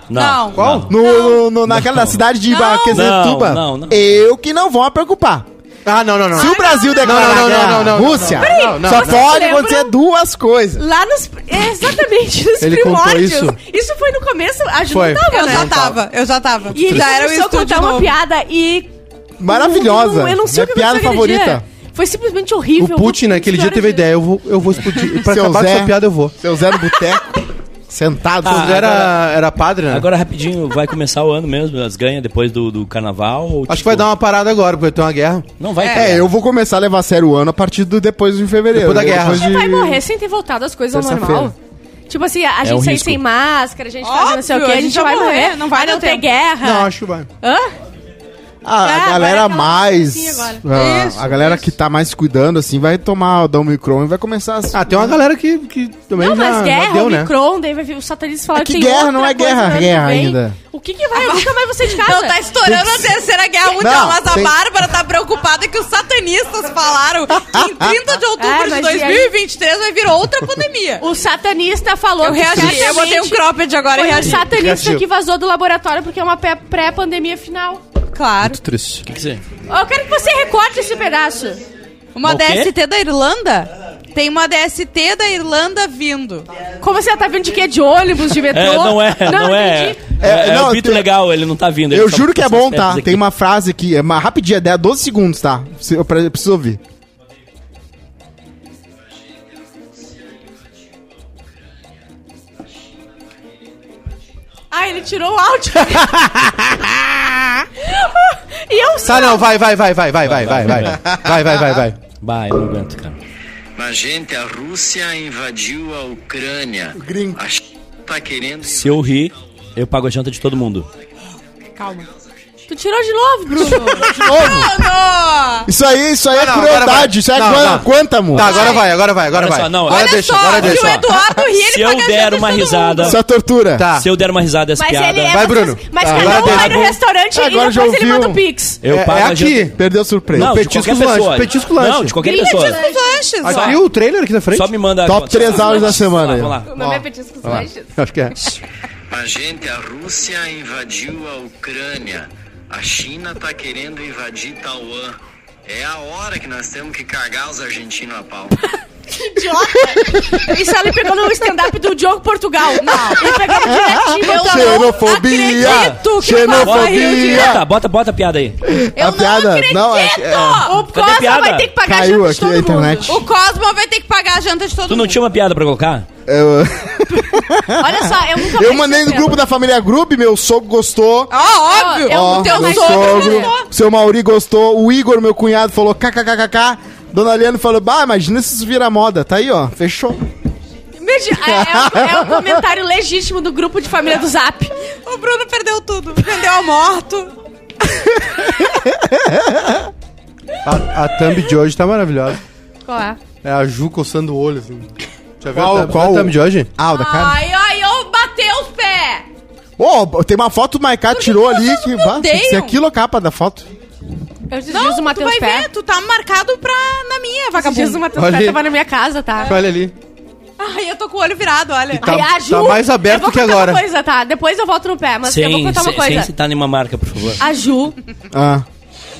Não. Não. Qual? No, no- no- naquela Não. cidade de Não. Baquezetuba. Não, não, não. Eu que não vou me preocupar. Ah, não, não, não. Se o Brasil declarar não, não, guerra não, à não, não, Rússia, não, não, não, só não. pode Lembra? acontecer duas coisas. Lá nos. É, exatamente, nos Ele contou primórdios. isso? foi no começo, a Ju Foi. não tava, Eu né? já tava, eu já tava. E ele já era o começou a estúdio contar uma novo. piada e. Maravilhosa. Eu não sei o que Minha aconteceu piada aquele favorita. dia. Foi simplesmente O horrível. Putin, naquele dia, teve a ideia. História de- Eu vou, eu vou explodir. Pra Seu acabar com Zé. essa piada, eu vou. Seu Zé no boteco, sentado. Ah, Seu Zé era, era padre, né? Agora rapidinho, vai começar o ano mesmo, as ganhas depois do, do carnaval? ou, Acho que tipo, vai dar uma parada agora, porque tem uma guerra. Não vai ter. né? É, eu vou começar a levar a sério o ano a partir do depois de fevereiro. Depois da guerra. A gente vai morrer sem ter voltado as coisas ao normal. Tipo assim, a, a gente um sair risco. sem máscara, a gente Óbvio, fazer não sei o que, a gente, vai morrer, não vai dar não ter tempo. guerra. Ah. Não, acho que vai. Hã? A, a Ah, agora é galera aquela assim mais. agora. a- Isso, a galera que tá mais cuidando, assim, vai tomar o Omicron e vai começar a. Ah, tem uma galera que, que também Não, já, mas já guerra, deu, né? Omicron, daí vai vir os satanistas falar É que guerra não é guerra, guerra ainda. O que que vai? Eu nunca mais vou sair de casa. Não, tá estourando a Terceira Guerra Mundial, Não, mas a tem- Bárbara tá preocupada que os satanistas falaram que em 30 de É, outubro mas de e 2023 vai vir outra pandemia. O satanista falou Eu que reagi, eu botei um certamente cropped agora e Foi o reagi. satanista Reagiu. que vazou do laboratório porque é uma pé- pré-pandemia final. Claro. Muito triste. Que que você- Ó, Eu quero que você recorte esse pedaço. Uma O quê? DST da Irlanda? Tem uma DST da Irlanda vindo. Como você tá vendo de quê? De ônibus, de metrô? É, não é, não, é. entendi. É, É, é não, o Pito tem- legal, ele não tá vindo. ele Eu só juro que é passa as bom, pernas tá? aqui. Tem uma frase aqui, é uma rapidinha, é 12 segundos, tá? Se- Eu pre- eu preciso ouvir. Ah, ele tirou o áudio. e eu Tá, não, vai, vai, vai, vai, vai, vai, vai, vai. Vai, vai, vai, vai. Bah, eu não aguento, cara. Mas, gente, a Rússia invadiu a Ucrânia. Gringo. A China tá querendo Se eu rir, Eu pago a janta de todo mundo. Calma. Tu tirou de novo, Bruno. De novo. Isso aí, isso aí é não, agora crueldade. vai. Isso aí Não, é não. quanta, amor. Tá, agora vai, agora vai, agora Olha vai. só, é? não, agora olha deixa, só, agora se o deixa. Eduardo ri, ele Se eu paga a der janta uma de todo risada, mundo. Isso é tortura. Tá. Se eu der uma risada Mas espiada, ele é. Vai, vocês- Bruno. Mas Tá, cada agora um vai deixa. no restaurante Agora e já depois ele ouviu. manda o Pix. eu é, pago é a janta. aqui. Perdeu a surpresa. Não, de Petiscos qualquer lanche, pessoa. petiscos lanche. Não, de qualquer Grita pessoa. discos lanches. Só- Aqui o trailer aqui na frente? Só me manda a Top conta. três aulas da semana aí. Vamos lá, vamos O lá. nome é petiscos lanches. Acho que é. A gente, a Rússia invadiu a Ucrânia. A China tá querendo invadir Taiwan. É a hora que nós temos que cagar os argentinos a pau. Isso ela pegou no stand-up do Diogo Portugal. Não. Ele pegou direitinho. Eu não Xenofobia! acredito que o Costa Rio de- Xenofobia! Bota, bota, bota a piada aí. a piada. Não, Não, é, é- O é- Cadê a Costa piada? vai ter que pagar Caiu a janta de aqui a todo internet. mundo. O Cosmo vai ter que pagar a janta de todo Tu mundo. não tinha uma piada pra colocar? eu, O- Olha só, eu nunca eu mais mandei no esqueci. grupo da família Grube, meu sogro gostou. Ah, Ó, óbvio. Eu- Ó, É o teu meu sogro. gostou. Seu Mauri gostou. O Igor, meu cunhado, falou kkkk. Dona Liane falou, bah, imagina se isso vira moda. Tá aí, ó. Fechou. Imagina, É, é, um- é um comentário legítimo do grupo de família do Zap. O Bruno perdeu tudo. Vendeu a morto. A, a thumb de hoje tá maravilhosa. Qual é? É a Ju coçando o olho, assim. Já viu Qual- a thumb, qual- a thumb de hoje? Ah, o da cara. Ai, ai, ô, bateu os pés! Ah. Ô, tem uma foto que o Maiká tirou ali. vocês Que, me bah, tem que ser odeiam? aquilo a capa da foto. Eu esses Não, dias tu o Matheus vai Pé. ver. Tu tá marcado pra... na minha, Esses dias o vagabundo. Matheus Olha Pé aí. tava na minha casa, tá? Olha ali. Ai, eu tô com o olho virado, olha. Tá- Ai, a tá mais aberto eu vou que contar agora. Uma coisa, tá? Depois eu volto no pé, mas eu vou Sem, contar uma sem, sem coisa. citar nenhuma marca, por favor. A Ju, Ah.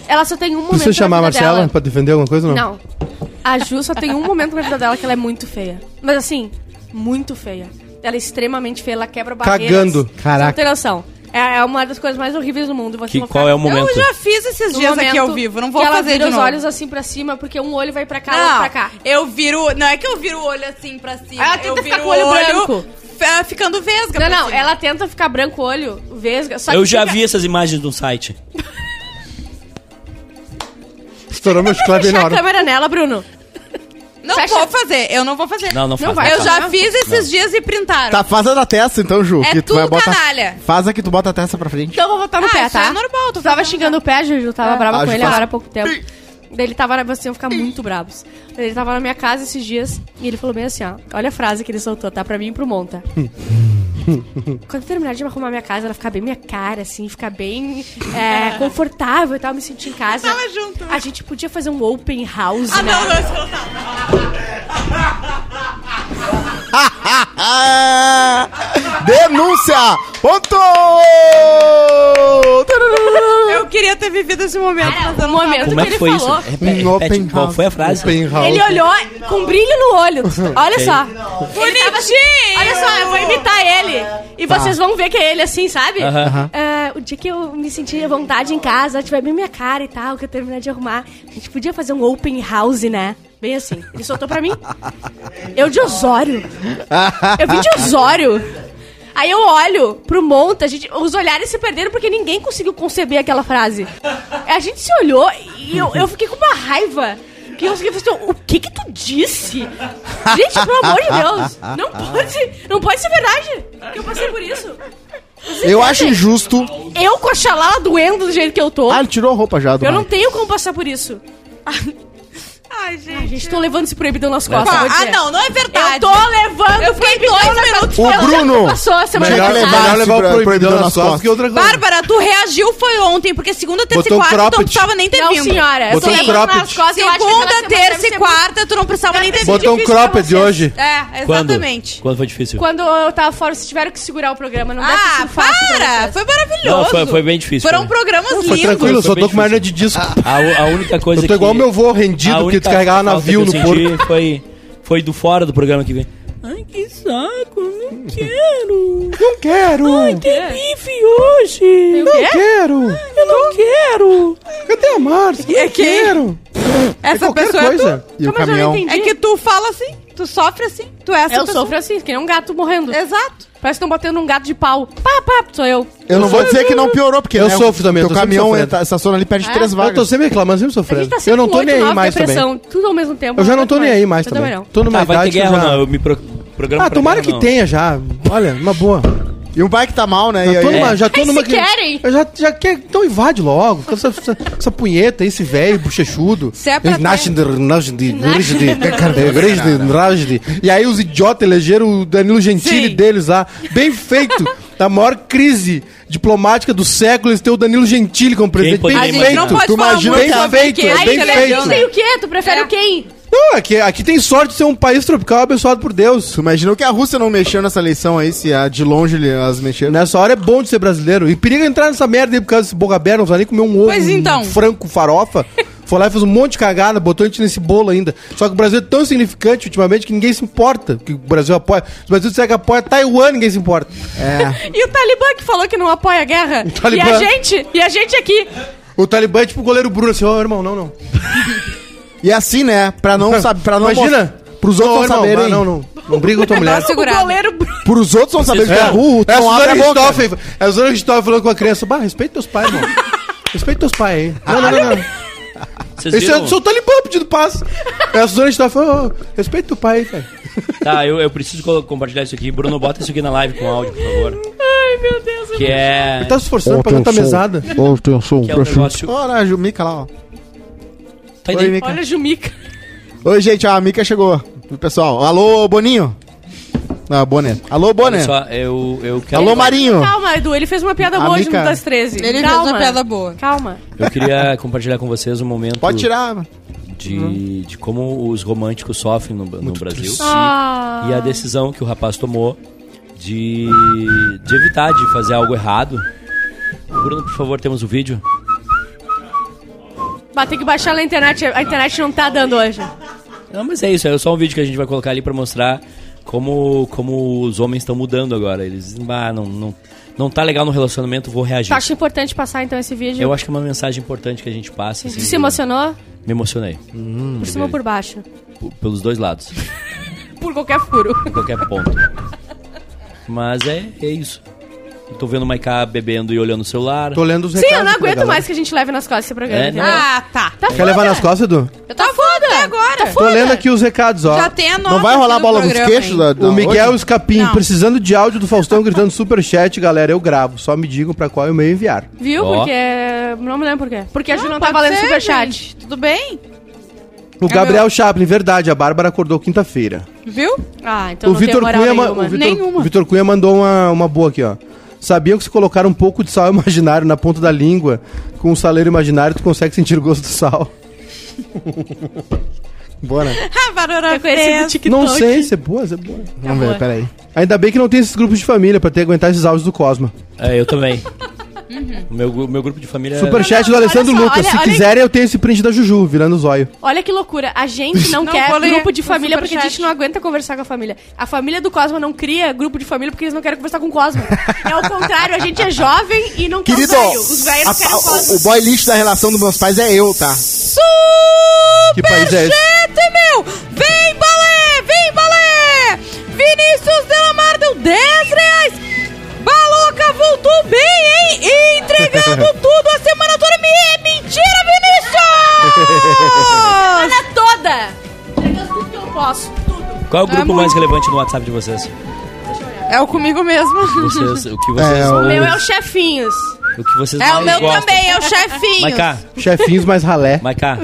ela só tem um momento. Precisa na chamar a vida Marcela então? dela. pra defender alguma coisa ou não? Não. A Ju só tem um momento na vida dela que ela é muito feia. Mas assim, muito feia. Ela é extremamente feia, ela quebra barreiras. Cagando. Caraca. Não tem noção. É é uma das coisas mais horríveis do mundo. Você Que, não qual fica- é o momento? Eu já fiz esses No dias aqui momento ao vivo. Não vou que ela fazer vira de os novo. olhos assim pra cima, porque um olho vai pra cá, Não, outro pra cá. eu viro. Não é que eu viro o olho assim pra cima. Ela tenta eu ficar viro com o olho branco. fe- Ficando vesga. Não, pra não, cima. ela tenta ficar branco o olho, vesga. Só Eu que já fica- vi essas imagens no site. Estourou meu chiclete bem na Fechar a hora. câmera nela, Bruno. Não Fecha. vou fazer. Eu não vou fazer. Não, não faz. vai, não Eu faz. já Não. fiz esses dias e printaram. Tá, faz a da testa então, Ju. É que tu vai tudo botar... canalha. Faz a que tu bota a testa pra frente. Então eu vou voltar no Ah, pé, isso tá? é normal, tô Tu tava fazendo. xingando o pé, Juju, tava brava Ah, com Ju ele faz- agora há pouco tempo. Daí ele tava, na- vocês iam ficar muito bravos. Daí Ele tava na minha casa esses dias e ele falou bem assim, ó. Olha a frase que ele soltou, tá? Pra mim e pro Monta. Quando eu terminar de arrumar minha casa, ela ficar bem minha cara, assim, ficar bem é, confortável e tal, me sentir em casa. Tava junto. A gente podia fazer um open house, Ah, né? não, não, não, não. Ah, denúncia! Ponto! Eu queria ter vivido esse momento. mas eu Cara, o não tava. momento Como que é que ele foi falou. isso? Repete, Um repete, open qual house. foi a frase? Open house. Ele olhou com brilho no olho. Olha só. Ele tava- assim, Bonitinho! Olha só, eu vou imitar ele. E vocês vão ver que é ele assim, sabe? Tá. Aham. É, o dia que eu me sentir à vontade em casa, tiver bem minha cara e tal, que eu terminar de arrumar, a gente podia fazer um open house, né? Bem assim. Ele soltou pra mim. Eu de Osório. Eu vim de Osório. Aí eu olho pro Monta, a gente, os olhares se perderam porque ninguém conseguiu conceber aquela frase. A gente se olhou e eu, eu fiquei com uma raiva. Que eu fiquei assim, o que que tu disse? Gente, pelo amor de Deus, não pode, não pode ser verdade que eu passei por isso. Eu acho injusto. Eu com a xalala doendo do jeito que eu tô, Ah, ele tirou a roupa já do eu não Mike. tenho como passar por isso. Ai, gente. A gente tô levando esse proibidão nas Pá, costas, eu vou ah, dizer. não, não é Eu verdade. tô levando Eu fiquei proibidão dois nas costas. minutos falando. Ô, Bruno, Passou semana Melhor, Tinha que passada. melhor levar levar o esse proibidão proibidão nas nas costas que outra coisa. Bárbara, tu reagiu foi ontem, porque segunda, terça Botou um e quarta tu não cropped. precisava nem ter Não, vindo. senhora, eu tô Botou um levando nas cropped. costas, eu acho que aquela Segunda, semana deve terça ser e quarta, tu não precisava nem ter vindo. Botou um difícil pra cropped vocês. hoje. É, Quando? exatamente. Quando foi difícil? Quando eu tava fora, vocês tiveram é que segurar o programa, não deve ter Ah, sido fácil pra para! vocês. Foi maravilhoso. Não, foi- foi bem difícil, Foram foi. programas Foi lindos. tranquilo, eu Foi só bem tô com uma difícil. hernia de disco. A, u- a única coisa Eu tô igual que- meu vô a rendido que única descarregava falta navio que no eu porto. senti Foi, foi do fora do programa que vem. Ai, que saco, não quero. Não quero! Tem bife hoje. não quero! Eu não quero. Cadê a Márcia? Não É que- quero! Essa Qualquer pessoa é coisa. tu. E o Tá, mas eu não caminhão. entendi. É que tu fala assim, tu sofre assim, tu é essa Eu pessoa. sofro assim, que nem um gato morrendo. É. Exato. Parece que estão batendo um gato de pau. Pá, pá, sou eu. Eu não vou dizer que não piorou, porque Eu né, sofro também, eu tô teu sempre caminhão sofrendo. entra- estaciona ali perto de É? três Eu tô vagas. sempre reclamando, sempre A gente sofrendo. tá eu sempre não com tô nem oito, aí nove mais também. depressão, tudo ao mesmo tempo. Eu já não tô nem aí mais Eu também também. não. Tô numa Tá, vai ter idade que eu guerra, já... não. Eu me pro, programa Ah, pra tomara guerra, que não. tenha já. Olha, uma boa. E o pai que tá mal, né? Já E tô aí- numa, já tô Mas numa se que- querem. Eu já, já quer, então invade logo. Fica Essa, essa, essa punheta, esse velho bochechudo. Se é pra ter- Nasce de- nasce de- nasce de- nasce de- nasce de- E aí os idiotas elegeram o Danilo Gentili Sim. deles lá. Bem feito. Na maior crise diplomática do século, eles têm o Danilo Gentili como presidente. poderia Bem imaginar? feito. A gente não pode tu falar imagina muito bem sobre feito, quem é bem que Aí elegeu, feito. tu tem o quê? Tu prefere É. o quem? Não, aqui, aqui tem sorte de ser um país tropical abençoado por Deus. Tu imaginou que a Rússia não mexeu nessa eleição aí, se a de longe ele- elas mexeram? Nessa hora é bom de ser brasileiro. E periga entrar nessa merda aí por causa desse boca aberta, não precisa nem comer um ovo, Pois então. um frango com farofa. Foi lá e fez um monte de cagada, botou a gente nesse bolo ainda. Só que o Brasil é tão significante ultimamente que ninguém se importa. Que o Brasil apoia. Se o Brasil disser que apoia Taiwan, ninguém se importa. É. E o Talibã que falou que não apoia a guerra. E Talibã. a gente, e a gente aqui. O Talibã é tipo o goleiro Bruno, assim, ó, irmão, não, não. E assim, né? Pra não saber. Pra não Imagina. mos- Pros outros não, não, saberem. Não, não, não. Não briga com tua mulher. Né? Nossa, É, Segurado. O goleiro Pros outros não saberem que é burro, tu é a não abre Suzana a boca. Ristoffen. É a Suzana Ristoffen falando com a criança. Bah, respeita teus pais, irmão. Respeita teus pais aí. Ah, Não, não, não. não. Vocês Esse é viram? o seu Talibã pedindo passe. É a Suzana Ristoffen. Ô, respeita teu pai aí, cara. Tá, eu, eu preciso colo- compartilhar isso aqui. Bruno, bota isso aqui na live com áudio, por favor. Ai, meu Deus. Que é. Tá se esforçando um pra cantar mesada. Que é o negócio. Olha a Jumica lá, ó. Tá Oi, né, indo. Mica. Olha a Jumica. Oi, gente, ó, a Mica chegou. E, Pessoal, alô, Boninho. Ah, Boné. Alô, Boné. Só, eu, eu quero. Alô, Marinho. Calma, Edu, ele fez uma piada A boa hoje Mica- no das 13. Ele Calma. fez uma piada boa. Calma. Eu queria compartilhar com vocês um momento Pode tirar. Uhum. De, de como os românticos sofrem no, no Brasil. Ah. E a decisão que o rapaz tomou de, de evitar de fazer algo errado. Bruno, por favor, temos o vídeo. Mas tem que baixar na internet, a internet não tá dando hoje. Não, mas é isso, é só um vídeo que a gente vai colocar ali pra mostrar como, como os homens estão mudando agora. Eles dizem, ah, não, não, não tá legal no relacionamento, vou reagir. Tu Tá, acha importante passar então esse vídeo? Eu acho que é uma mensagem importante que a gente passa. assim, Tu se emocionou? Me emocionei. por Hum. cima ou por baixo? P- Pelos dois lados, Por qualquer furo. em qualquer ponto. Mas é, é isso. Eu tô vendo o Maiká bebendo e olhando o celular. Tô lendo os Sim, recados. eu não aqui da aguento galera. mais que a gente leve nas costas esse programa. É, né? entendeu? não. Ah, tá. Tá Quer foda. levar nas costas, Edu? Eu tô Tá foda. Até agora. Tô lendo aqui os recados, ó. Já tem a nota Não vai rolar aqui do bola nos programa, queixos né? hein? da, da O Miguel hoje? Escapim, Não. precisando de áudio do Faustão gritando superchat, galera, eu gravo. Só me digam pra qual e-mail enviar. Viu? Ó. Porque. é, Não me lembro por quê. Porque a gente não, Não, tá Ah, pode valendo ser, superchat. gente. Tudo bem? É O Gabriel Chaplin, verdade, a Bárbara acordou quinta-feira. Viu? Ah, então O não tem Vitor moral Cunha, ma- nenhuma. o Vitor- Nenhuma. o Vitor Cunha mandou uma, uma boa aqui, ó. Sabiam que se colocar um pouco de sal imaginário na ponta da língua, com um saleiro imaginário, tu consegue sentir o gosto do sal. Bora. Ah, Varora Eu conheci do TikTok. Não sei, se é boa, se é boa. Vamos ver, peraí. Ainda bem que não tem esses grupos de família pra ter que aguentar esses áudios do Cosma. É, eu também. Uhum. O meu, gru- meu grupo de família. Superchat Não, não, do Alessandro É olha só, Lucas. olha- Se olha- quiserem, eu tenho esse print da Juju, virando o zóio. Olha que loucura. A gente não, Não quer vou ler grupo de no família porque a superchat. gente não aguenta conversar com a família. A família do Cosmo não cria grupo de família porque eles não querem conversar com o Cosmo. é o contrário, a gente é jovem e não Querido, quer os velhos. Os velhos a- não querem o a- o Cosmo. boy lixo da relação dos meus pais é eu, tá? Que país é esse? Gente, meu! Vem, balé! Vem, balé! Vinícius Delamar deu 10 reais! Baloca voltou bem, hein? Entregando tudo a semana toda. Me- É mentira, Vinícius! Olha toda! Entregando tudo que eu posso. Tudo. Qual é o grupo É muito- mais relevante no WhatsApp de vocês? É o comigo mesmo. Vocês- o que vocês, É, o- O meu é o chefinhos. o que vocês É o mais meu gostam? também, é o chefinho. Maiká, Chefinhos mais ralé. Maiká,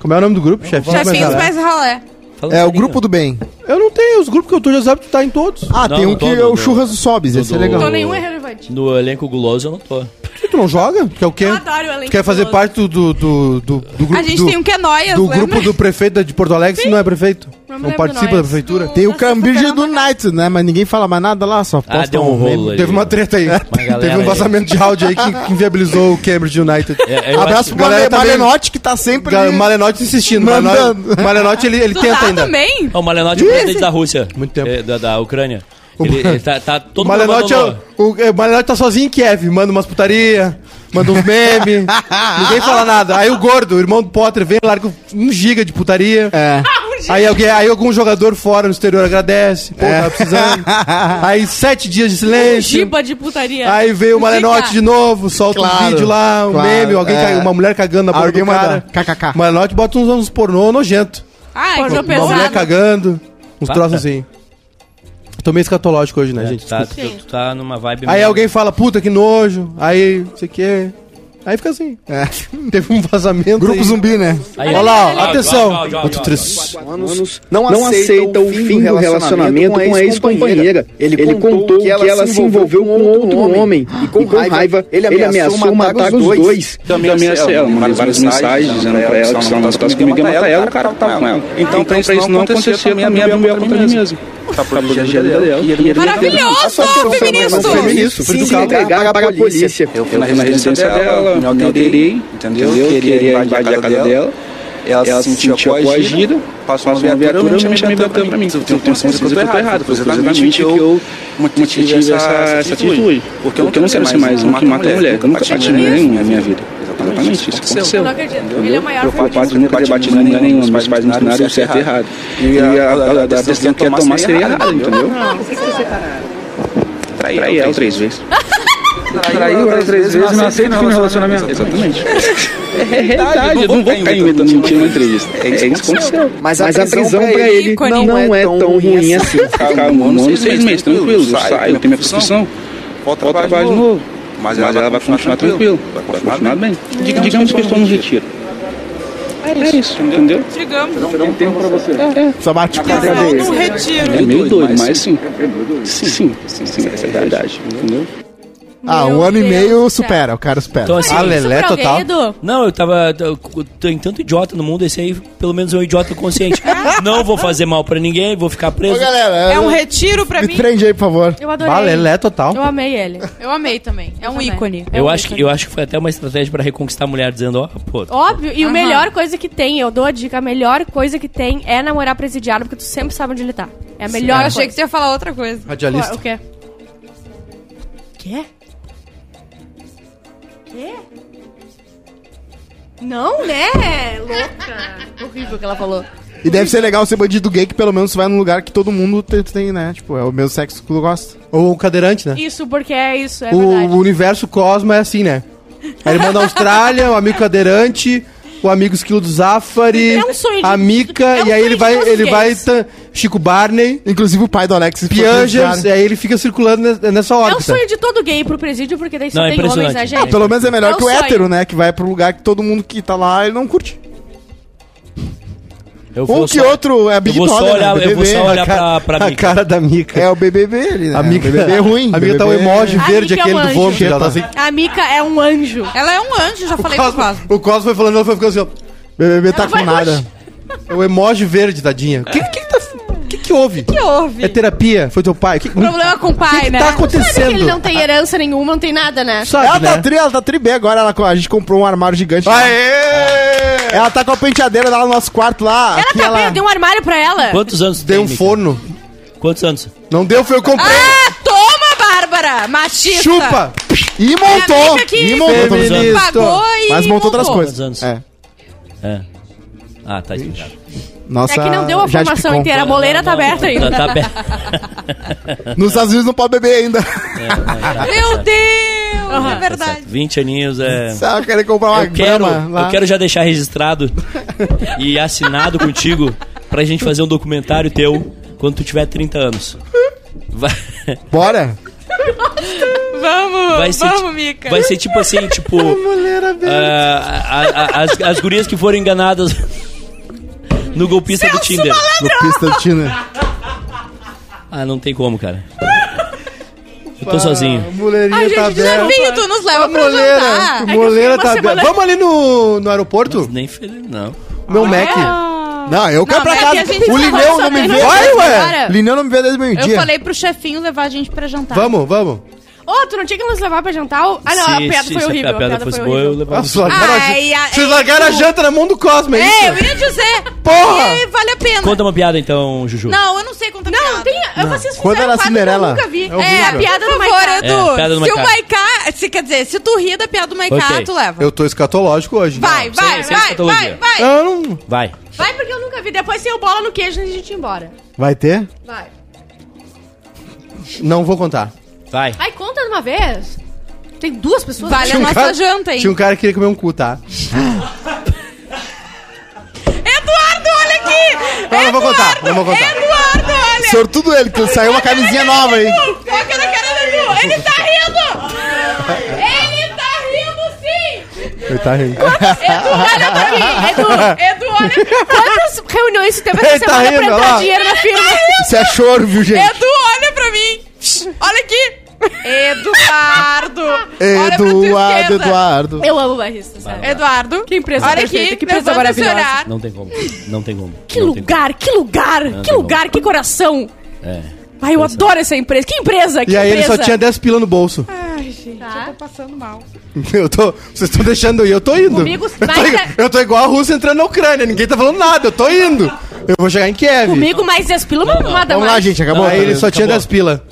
Como é o nome do grupo? Chefinhos, Chefinhos mais ralé. mais ralé. fala um É o sério. grupo do bem. Eu não tenho. Os grupos que eu tô de WhatsApp, tu tá em todos. Por Ah, Não, tem um não que tô, é não, o não. Churras do Sobes, esse é Do- legal. Então nenhum é relevante. No elenco guloso eu não tô. que tu não joga? Tu quer o quê? Eu adoro o elenco Tu quer fazer guloso. parte do, do, do, do- do grupo A gente do, tem um que é nóia, do lembra? grupo do prefeito da- de Porto Alegre, se não é prefeito? Não Não, me lembro participa nós. da prefeitura? Tem o Nossa, Cambridge essa do Knights, né? Mas ninguém fala mais nada lá, só posta deu um rolo ali. Teve uma treta aí. Teve galera um aí. vazamento de áudio aí que, que inviabilizou o Cambridge United. É, eu Abraço acho- pro Galera, Male- tá bem- Malenotti, que tá sempre... Ga- Malenotti insistindo. Malenotti, Mandando. Malenotti, ele, ele Tu tenta tá ainda. também? Ó, o Malenotti é o presidente da Rússia. Muito tempo. É, da, da Ucrânia. Ele, ele tá, tá todo O mundo Malenotti, é o, abandonou. o- é, o Malenotti tá sozinho em Kiev, manda umas putaria, manda uns memes, ninguém fala nada. Aí o gordo, o irmão do Potter, vem, larga um giga de putaria. É. Aí, alguém, aí algum jogador fora no exterior agradece, pô, É. tá precisando. Aí sete dias de silêncio. Giba de putaria. Aí veio o Malenotti Um de Giga. novo, solta um Claro, vídeo lá, um claro, meme, alguém é. cai- uma mulher cagando na boca Alguém do cara. manda KKK. O Malenotti bota uns, uns pornô nojento. Ai, Pornô que Uma mulher pesado. cagando, uns Pata. troços assim. Tomei escatológico hoje, né, gente? tá, Desculpa. tu, tu tá numa vibe Aí meio- alguém fala, puta, que nojo. Aí, não sei o quê. Aí fica assim. É. Teve um vazamento. Grupo aí. zumbi, né? Aí, Olha lá, ó, ó, atenção. ó, ó, ó, ó, ó, ó. Outro três. anos, não, aceita o fim do relacionamento com a ex-companheira. Ele, contou que ela se envolveu com outro homem e com raiva ele ameaçou matar os dois. Também ameacei ela, mandaram várias mensagens dizendo pra ela que se ela não ficasse comigo, ia matar ela, o cara tava com ela. Então, pra isso não acontecer, a minha minha abriu ela contra mim mesmo. Tá protegendo a vida dela. e ele- Maravilhoso, feministo! Feminista, Se fui do carro. entregar para a polícia. Eu fui na residência dela, me alterei, entendeu? Queria invadir a casa dela. Ela se sentiu coagida, passou uma viatura, eu não tinha me viatura pra mim. Então, Eu tenho consciência que eu tô errado, foi exatamente que eu mantive essa essa atitude. Porque eu não quero ser mais um que mata mulher, eu nunca bati em mulher nenhuma na minha vida. Exatamente, isso aconteceu. Eu não acredito. Ele é o maior Meu feminista. pai nunca batido em mulher nenhuma, meus pais não ensinaram o certo e errado. E a- a a- a decisão que ia tomar seria errada, entendeu? Traí ela três vezes. Traiu ela três vezes, não aceito o fim do relacionamento. Exatamente. É realidade, eu não vou ficar inventando mentira na entrevista. É isso que aconteceu. Mas a prisão para ele Ícone. não é tão ruim assim. Ficar um ano, seis meses, tranquilo. Eu saio, eu tenho minha profissão. Volto a trabalhar de novo. Mas ela vai continuar tranquilo, vai continuar bem. Dig- Digamos que eu estou no retiro. É isso, entendeu? Digamos, Só bate. não retiro. É meio doido, mas sim. Sim, sim, sim, sim, essa é a verdade, entendeu? Ah, um Meu ano e Deus meio do céu. é um supera, o cara supera. Então, assim, Ah, Lelé Super total. Alvedo. Não, eu tava. eu- eu- Tem tanto idiota no mundo, esse aí pelo menos é um idiota consciente. não vou fazer mal pra ninguém, vou ficar Ô, preso. galera, É um retiro pra me mim. prende aí, por favor. Eu adorei. Balelé né, total. Eu amei ele. Eu amei também. É um Também. ícone. É Eu um acho, que, ícone. eu acho que foi até uma estratégia pra reconquistar a mulher, dizendo: ó, pô, Óbvio, e o Aham. melhor coisa que tem, eu dou a dica, a melhor coisa que tem é namorar presidiário, porque tu sempre sabe onde ele tá. É a melhor Eu coisa. achei que você ia falar outra coisa. Radialista. O quê? Quê? Quê? Não, né? Louca. Horrível o que ela falou. E deve ser legal ser bandido gay, que pelo menos vai num lugar que todo mundo tem, tem, né? Tipo, é o mesmo sexo que tu gosta. Ou o cadeirante, né? Isso, porque é isso, é o verdade. universo Cosmo é assim, né? Aí ele manda a Austrália, o amigo cadeirante, o amigo esquilo do Zafari, É um sonho de- a Mica, é um e aí ele sonho de vai, todos ele os vai gays. tá- Chico Barney, Inclusive o pai do Alex. foi Piangers, prejudicado. e aí ele fica circulando ne- nessa É o órbita. sonho de todo gay ir pro presídio, porque daí só Não, é tem homens, impressionante. né, Ah, gente? Pelo menos é melhor É que o o sonho. hétero, né? Que vai pro lugar que todo mundo que tá lá, ele não curte. eu Um vou que só- outro é a Eu Big vou só Brother, olhar, né? eu vou só BBB. olhar pra, pra a Mica. cara da Mica. É o BBB ali, né? a Mica, O BBB é ruim. A Mica tá o BBB emoji A verde, Mica é um aquele do anjo. vômito. Tá lá. assim. A Mica é um anjo. Ela é um anjo, já falei com o Cosmo. O Cosmo foi falando, ela foi ficando assim, ó. BBB tá com vai nada. É o emoji verde, tadinha. O que, que, tá- que que houve? que houve? É terapia? Foi teu pai? Que, Problema com o pai, que que né? tá Sabe que ele não acontecendo? tem herança nenhuma, não tem nada, né? É Sabe, Ela tá né? tri, ela tá tri B agora. Ela, co- a gente comprou um armário gigante. Aê! Ela tá com a penteadeira lá no nosso quarto lá. Ah, Ela aqui tá bem, eu dei um armário pra ela. Quantos anos tu Dei tem, um Mica? forno. Quantos anos? Não deu, foi eu comprei. Ah, toma, Bárbara! Machista! Chupa! E É a montou! Mica que- E montou. tô Feminista. brincando. Pagou e. Mas montou outras coisas. Quantos anos? É. É. Ah, tá explicado. Nossa, É que não deu a Jade formação Picon. inteira, a boleira tá aberta Tá, ainda. tá aberto. Nos Estados Unidos não pode beber ainda. Meu É Deus! Aham. É verdade. 20 Tá aninhos é. Sabe, querem comprar uma Eu quero, grama lá. eu quero já deixar registrado e assinado contigo pra gente fazer um documentário teu quando tu tiver 30 anos. Vai, Bora! Vamos, vai ser, vamos, ti- Mica. vai ser tipo assim, tipo. ah, a- a- as, as gurias que foram enganadas no golpista do Tinder. No pista do Tinder. Ah, não tem como, cara. Eu tô sozinho. Mulherinha Ai, tá gente, aberta. Jefinho, tu nos leva pra É Moleira, jantar. moleira uma tá semana- aberta. Vamos ali no, no aeroporto? Nem feliz, não. Ah. Meu Mac. Não, eu Não, quero mas pra é que casa. a gente O tá Lineu não me relacionando vê. Vai, ué! agora. Lineu não me vê desde Eu meio-dia. falei pro chefinho levar a gente pra jantar. Vamos, vamos. Ô, tu não tinha que nos levar pra jantar? ou- Ah, não, a piada foi se horrível. a piada fosse boa, eu horrível. levava. um Vocês largaram, a, Ai, janta- ai, Vocês ai, largaram a tu- janta na mão do Cosmo, é É, eu isso? ia dizer. Porra! E vale a pena. Conta uma piada então, Juju. Não, eu não sei contar Não, piada. tem. Vocês Quando fizeram era um quadro Cinderela. que eu nunca vi. É horrível. É, a piada Por do favor, Maiká. Edu, É, piada do se o Maiká. Maiká... Se, quer dizer, se tu rir da piada do Maiká, Ok. tu leva. Eu tô escatológico hoje. Vai, sem vai, vai, vai, escatologia. vai. Eu não- Vai. Vai porque eu nunca vi. Depois tem o bola no queijo e a gente ir embora. Vai ter? Vai. Não vou contar. Vai. Ai, conta de uma vez. Tem duas pessoas. Vale a um é nossa cara- janta, hein? Tinha um cara que queria comer um cu, tá? Eduardo, olha aqui! Não, não vou contar, não vou contar. Eduardo, olha Sortudo ele, que saiu uma camisinha nova aí. Foca na cara do Edu! Ele tá rindo! Ele tá rindo sim! Ele tá rindo. Edu, olha pra mim! Edu, Edu, olha pra mim! Quantas reuniões tu teve Ele essa tá semana pra rindo, entrar olha lá. dinheiro na firma? Isso é choro, viu, gente? Edu, olha pra mim! Olha aqui! Eduardo! Olha pra tua Eduardo, esquerda. Eduardo. Eu amo barrista, sabe? Eduardo! Que empresa Olha perfeita, aqui, que empresa levanta o seu maravilhosa. olhar. Não tem como. Não tem como. Que Não tem lugar, que lugar, que tem lugar, que coração. como. É. Ai, eu adoro essa empresa. Que empresa, que E aí ele empresa. só tinha 10 pila no bolso. Ai, gente, eu tô passando mal. Eu tô. Vocês estão deixando eu ir, eu tô indo. Comigo eu, tô, vai igu- ser- eu tô igual a Rússia entrando na Ucrânia, ninguém tá falando nada, eu tô indo. Eu vou chegar em Kiev. Comigo mais 10 pila, mas nada Vamos mais. lá, gente, acabou. aí ele só tinha Acabou. 10 pila.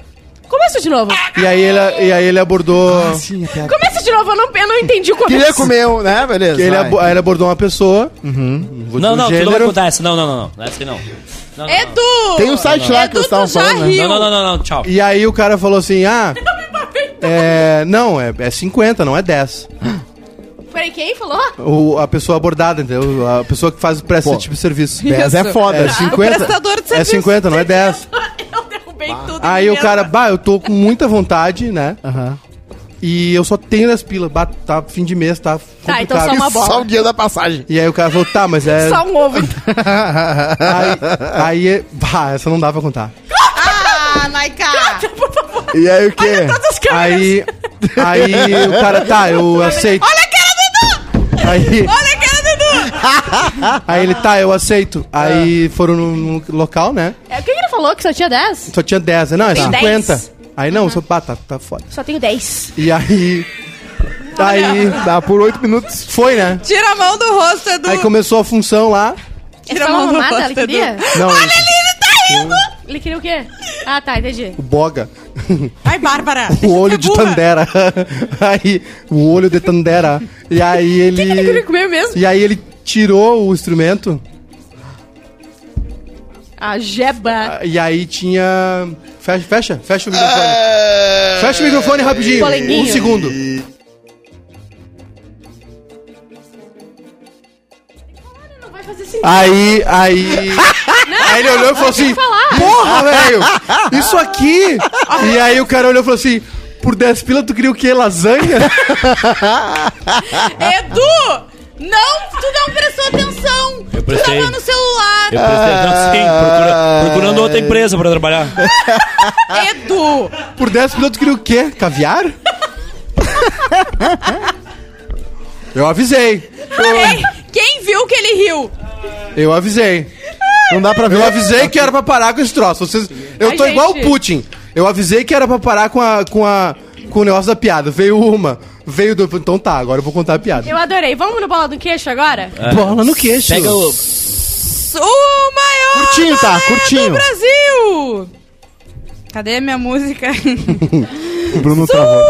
Começa de novo. E aí ele, e aí ele abordou. Sim, até agora. Começa de novo, eu não, eu não entendi o começo. Queria comer um, né? Beleza. ele, vai. abo- aí ele abordou uma pessoa. Vou dizer Não, o não, tu não vai gênero. contar essa. Não, não, não, não. Essa aí não. Não, não, não. Edu! Tem um site lá que Edu, vocês estavam tu já falando, né? riu. Não, não, não, não, não, tchau. E aí o cara falou assim: ah. É, não, é, é 50, não é 10. Peraí, quem falou? O, a pessoa abordada, entendeu? A pessoa que faz presta esse tipo de serviço. 10 é Isso. Ah, foda. É assim. 50. prestador de é serviço. 50, não é 10. Eu derrubei tudo. Aí o mesmo. cara, bah, eu tô com muita vontade, né? Aham. E eu só tenho 10 pila. Bah, tá fim de mês, tá complicado. Tá, então só uma bola. Só o dia da passagem. E aí o cara falou, tá, mas é. Só um ovo. Aí. aí é- bah, essa não dá pra contar. Ah, Naika! E aí o quê? Aí. Aí o cara, tá, eu aceito. Olha a cara do Edu! Aí, Olha a cara do Edu! aí ele, tá, eu aceito. Aí foram no, no local, né? É, o que que ele falou que só tinha 10? Só tinha 10. Não, é Tem 50. 10. Aí não, só, bah, tá, tá foda. Só tenho 10. E aí. Aí. ah, Dá por 8 minutos. Foi, né? Tira a mão do rosto, Edu! Aí começou a função lá. Ele Tira a falou mão do É arrumada, ele rosto, Edu! queria? Não, Ele queria o quê? Ah, tá, entendi. o boga. Ai, Bárbara! é O olho de burra. Tandera. Aí, o olho de Tandera. E aí ele. Ele queria comer mesmo. E aí ele tirou o instrumento A jeba. e aí tinha. Fecha, fecha, fecha o microfone. Fecha o microfone rapidinho. Polenguinho. Um segundo. Não vai fazer sentido. Aí, aí. aí ele olhou e falou assim: falar. Porra, velho! Isso aqui! E aí o cara olhou e falou assim: Por 10 pila tu queria o quê? Lasanha? Edu! Não, tu não prestou atenção! Eu Tu prestei. tava no celular! Eu prestei atenção, sim, procura- procurando outra empresa pra trabalhar. Edu! Por 10 pila tu queria o quê? Caviar? Eu avisei. Quem, quem viu que ele riu? Eu avisei. Não dá pra ver. Eu avisei que era pra parar com esse troço. Vocês, eu Ai, tô igual o gente. Putin. Eu avisei que era pra parar com a, com a com o negócio da piada. Veio uma, veio do então tá, agora eu vou contar a piada. Eu adorei. Vamos no bola do queixo agora? Bola no queixo. Pega o. O maior Curtinho, tá, balé curtinho. do Brasil! Cadê minha música? O Bruno travou.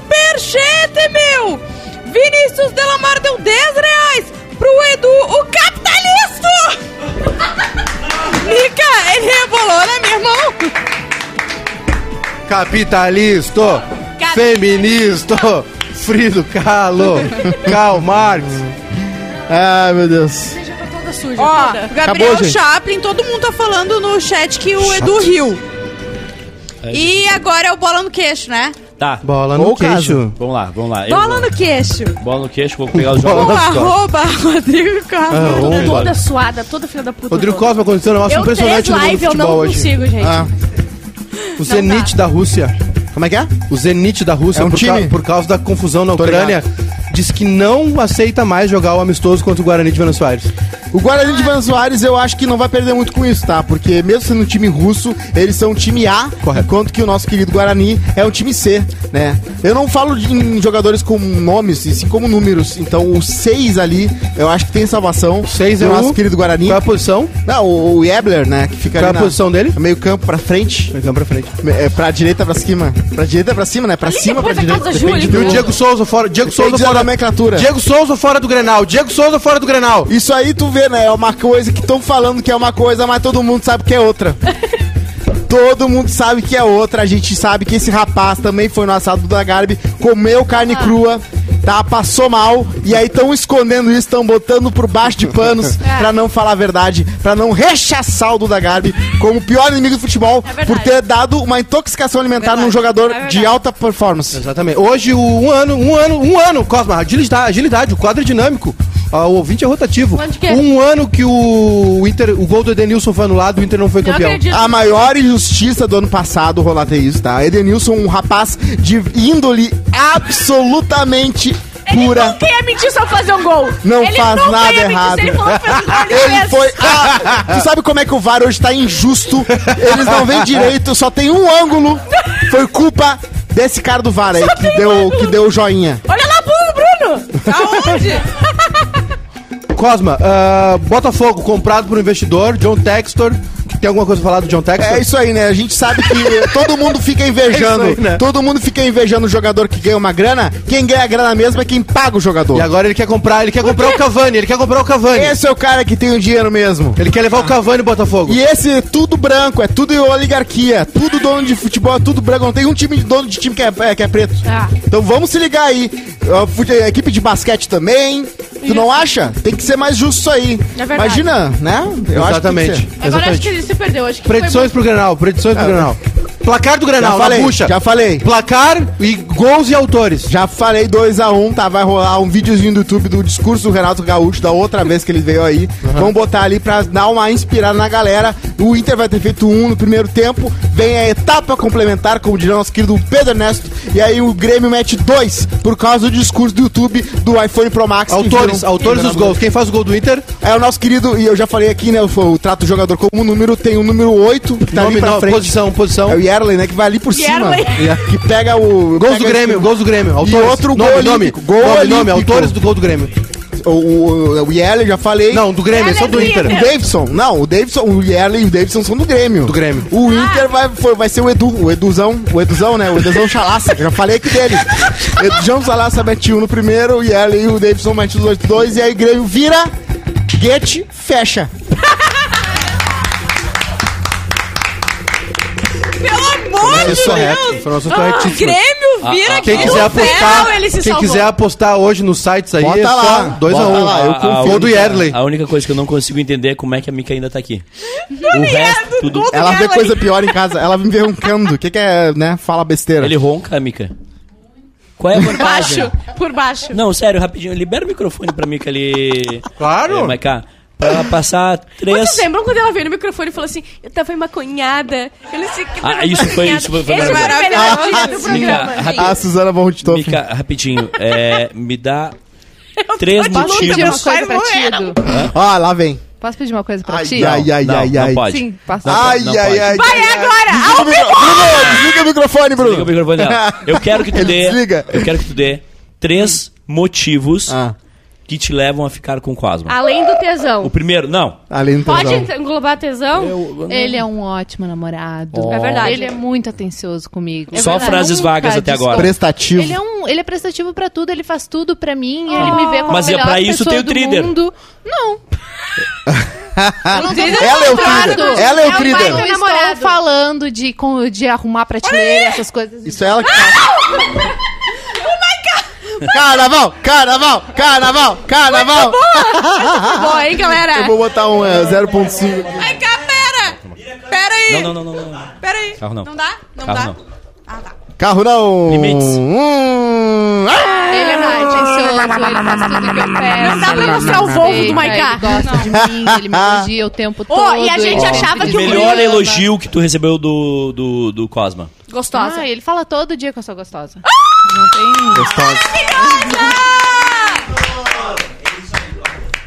Superchete, meu! Vinícius Delamar deu 10 reais pro Edu, o capitalista! Mica, ele rebolou, né, meu irmão? Capitalista, feminista, Frido Calo, Karl Marx. Ai, meu Deus. Toda suja, Ó, toda. Gabriel gente. Chaplin, todo mundo tá falando no chat que o Edu riu. E agora é o bola no queixo, né? Tá, Bola no Ou queixo. vamos lá, vamos lá. Eu Bola vou- no queixo. Bola no queixo, vou pegar os Bola Com jogos. nas arroba Rodrigo Costa. Ah, Toda, Bola. toda suada, toda filha da puta. Rodrigo toda. Cosma aconteceu um negócio Eu três impressionante no mundo do live, eu não futebol hoje. consigo, gente. Ah, O Zenit da Rússia. como é que é? O Zenit da Rússia, É um por, time? ca- por causa da confusão na Tô Ucrânia, diz que não aceita mais jogar o amistoso contra o Guarani de Buenos Aires. O Guarani de Van Soares eu acho que não vai perder muito com isso, tá? Porque mesmo sendo um time russo, eles são um time A, Correto. enquanto que o nosso querido Guarani é um time C, né? Eu não falo de, em jogadores com nomes, e sim como números. Então o 6 ali, eu acho que tem salvação. Seis do é nosso o- querido Guarani. Qual é a posição? Não, o, o Ebler, né? Que fica Qual é ali a na- posição dele? Meio campo pra frente. Então pra frente. É, pra direita, pra cima. Pra direita, pra cima, né? Pra cima, pra depois da direita. é casa da Júlia, E do- o Diego Souza fora. Diego Souza Depende da fora. nomenclatura. Diego Souza fora do Grenal. Diego Souza fora do Grenal. Isso aí tu vê, né? É uma coisa que estão falando que é uma coisa, mas todo mundo sabe que é outra. Todo mundo sabe Ah. que é outra. A gente sabe que esse rapaz também foi no assado da Garbi, comeu carne crua, tá? Passou mal e aí estão escondendo isso, estão botando por baixo de panos É. pra não falar a verdade, pra não rechaçar o Duda Garbi como o pior inimigo do futebol É verdade. por ter dado uma intoxicação alimentar Verdade. num jogador É verdade. de alta performance. Exatamente. Hoje, o- um ano, um ano, um ano, Cosma, agilidade, agilidade o quadro é dinâmico. Ah, o ouvinte é rotativo. Um ano de quê? Um ano que o Inter, o gol do Edenilson foi anulado, o Inter não foi Não campeão. acredito. A maior injustiça do ano passado rolar ter isso, tá? Edenilson, um rapaz de índole absolutamente Ele pura. nunca ia mentir só fazer um gol. Não ele faz nunca nada ia mentir. errado. Se ele falou que fez um gol, ele, Ele fez. foi. Ah, tu sabe como é que o VAR hoje tá injusto? Eles não vêm direito, só tem um ângulo. Foi culpa desse cara do VAR aí um que deu, que deu o joinha. Olha lá, Bruno! Bruno. Tá Aonde? Cosma, ah, Botafogo, comprado por um investidor, John Textor. Tem alguma coisa pra falar do John Textor? É isso aí, né? A gente sabe que todo mundo fica invejando. É isso aí, né? Todo mundo fica invejando o jogador que ganha uma grana. Quem ganha a grana mesmo é quem paga o E jogador. agora ele quer comprar, ele quer comprar o Cavani, ele quer comprar o Cavani. Esse é o cara que tem o dinheiro mesmo. Ele quer levar o Cavani Botafogo. E esse é tudo branco, é tudo oligarquia, é tudo dono de futebol, é tudo branco. Não tem um time de dono de time que é, é- que é preto. Ah. Então vamos se ligar aí. Ó, fute- A equipe de basquete também. Tu não acha? Tem que ser mais justo isso aí. É verdade. Imagina, né? Eu acho que tem que Exatamente. Agora ser. É, acho que Exatamente. ele se perdeu. Acho que Predições pro Granal, predições pro Granal. Placar do Já Granal, na falei, bucha. já falei. Placar e gols e autores. Já falei 2x1, tá? Vai rolar um videozinho do YouTube do discurso do Renato Gaúcho da outra vez que ele veio aí. Vamos botar ali pra dar uma inspirada na galera. O Inter vai ter feito um no primeiro tempo. Vem a etapa complementar, como diria nosso querido Pedro Ernesto. E aí o Grêmio mete dois por causa do discurso do YouTube do iPhone Pro Max. que Autores, viram- autores dos gols. Quem faz o gol do Inter? É o nosso querido, e eu já falei aqui, né? Eu, eu trato o jogador como número, tem o número 8, que tá ali nome, pra não, frente. posição, posição. É o Yerley, né? Que vai ali por Yerley. cima. Que pega o. Gols do pega Grêmio, esse- gols do Grêmio. Autores. outro nome, gol nome, olímpico, gol nome, nome, olímpico. autores do gol do Grêmio. O, o, o Yerley, já falei. Não, do Grêmio, é só do Ela é do Inter. O Davidson, não, o Davidson, o Yerley e o Davidson são do Grêmio. Do Grêmio. O Inter vai, foi- vai ser o Edu, o Eduzão, o Eduzão, né? O Eduzão Chalaça, já falei aqui dele. Eduzão Chalaça mete um no primeiro, o Yerley e o Davidson mete os outros dois, e aí o Grêmio vira, Guete fecha. Pelo amor de Informações é corretas, Deus! informações Ah, corretíssimas. Grêmio vira aqui Quem quiser é do ferro, apostar, ele se quem salvou. quiser apostar hoje nos sites aí, Bota é lá, só 2 a Bota 1. lá, eu confio. Gol do Yerley. A única coisa que eu não consigo entender é como é que a Mika ainda tá aqui. o resto, tudo. gol do- Ela vê Yerley. coisa pior em casa, ela vem roncando. O que, que é, né? Fala besteira. Ele ronca, a Mika. Qual é a vantagem? Baixo, por baixo. Não, sério, rapidinho. Libera o microfone pra Mika ali. Claro. É, Maiká, pra ela passar três. Vocês lembram quando ela veio no microfone e falou assim: Eu tava maconhada? Eu não sei o que. Ah, isso foi- isso foi- foi Esse foi o melhor tá maravilhoso. dia do programa. Mica, gente. A Suzana von Richthofen. Mika, rapidinho. é, me dá três Posso pedir uma motivos. coisa pra ti, Edu? Ó, lá vem. Posso pedir uma coisa pra ti? ai, ai, não, ai, não ai. pode. Sim, passa. Não pode, Ai, não ai, pode. ai. Vai ai, ai. agora, Desliga o, micro... Bruno, desliga o microfone, Bruno. Desliga o microfone dela. Eu quero que tu Ele dê. desliga. Eu quero que tu dê três motivos Ah. que te levam a ficar com o Ah. Cosma. Além do O tesão. primeiro, não. Além do Pode tesão. englobar tesão? Ele é um ótimo namorado. É verdade. Ele é muito atencioso comigo. Só frases É Nunca vagas até discordo. agora. Prestativo. Ele é, um, ele é prestativo pra tudo, ele faz tudo pra mim, Ah. ele me vê como Mas a é melhor pra isso pessoa tem o do Trider. mundo. Não. Eu não tô Ela é o falando. Trider. Ela é o pai Trider. do Eu Então, estou namorado. falando de, com- de arrumar prateleira, essas coisas. Isso é ela que. Carnaval, carnaval, carnaval, carnaval. Bom, hein, Eu galera? vou botar um é, 0.5. aqui. Ai, cá, pera! Pera aí! Não, não, não, não, não, não. Pera aí! Carro não. Não dá? Não Carro dá? não. Ah, tá. Carro não. Limites. Hum, ah! Ele é mais atencioso, ele faz tudo que eu peço. Não dá pra mostrar o ele Volvo respeita, do Maiká. Ele gosta de mim, ele me elogia o tempo todo. e a gente ele achava me que o Melhor ama. elogio que tu recebeu do, do, do Cosma. Gostosa. Ah, ele fala todo dia que eu sou gostosa. Não Ah, tem...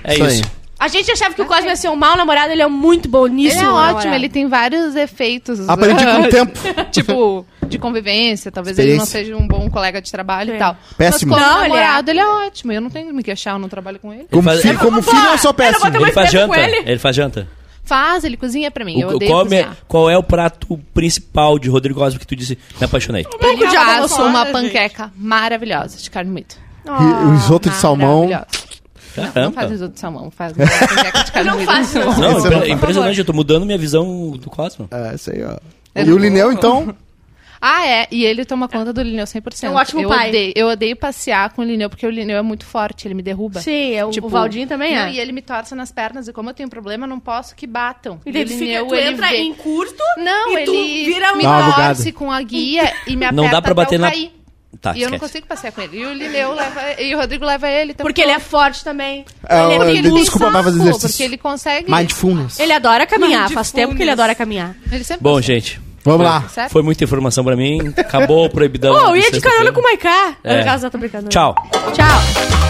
É Isso isso. aí. A gente achava que o Cosme ia ser um mau namorado, ele é muito bom nisso. Ah, Ele é ótimo, ele tem vários efeitos. Ah, Aprendi com o tempo. tipo, de convivência, talvez ele não Experiência. seja um bom colega de trabalho É. e tal. Péssimo. Mas como Não, ele é- namorado, ele é... ótimo. Eu não tenho me queixar, eu não trabalho com ele. Como, faz- filho, ele- como filho, eu sou péssimo. bota Ele mais faz tempo com janta. ele. Ele faz janta. Faz, ele cozinha pra mim. Eu O- odeio qual, é, cozinhar. qual é o prato principal de Rodrigo Cosma que tu disse? Me apaixonei. pouco Ele de água faz na uma soda, panqueca maravilhosa de carne moída. E- o risoto de salmão. Maravilhosa. Não, não Caramba. faz risoto de salmão, faz uma panqueca de carne Não moída. faço. Não, Esse impre- eu não faço. impressionante, eu tô mudando minha visão do Cosma. É, isso aí, ó. E o Lineu, então? Ah, é. E ele toma conta do Lineu 100%. É um ótimo eu pai. Odeio, eu odeio passear com o Lineu, porque o Lineu é muito forte, ele me derruba. Tipo, Sim, é o- o Valdinho também é. não, E ele me torce nas pernas, e como eu tenho problema, eu não posso que batam. E daí o tu Lineu, fica- tu ele entra vê- em curto Não, e tu ele vira um me Dá uma torce bugada. com a guia e me aperta Não dá pra até bater eu na- cair. Tá, e eu não esquece. consigo passear com ele. E o Lineu leva. E o Rodrigo leva ele também. Porque ele é forte também. É, ele, eu- porque ele eu- tem desculpa, saco, mas fazer exercício. então Porque ele consegue. Mindfulness. Ele adora caminhar. Mindfulness. Faz tempo que ele adora caminhar. Ele sempre Bom, gente, Vamos lá. Certo? foi muita informação pra mim. Acabou o proibidão. Pô, eu ia de de sexta-feira. carona com o Maiká. É. É. Casa, tô brincando. Tchau. Tchau.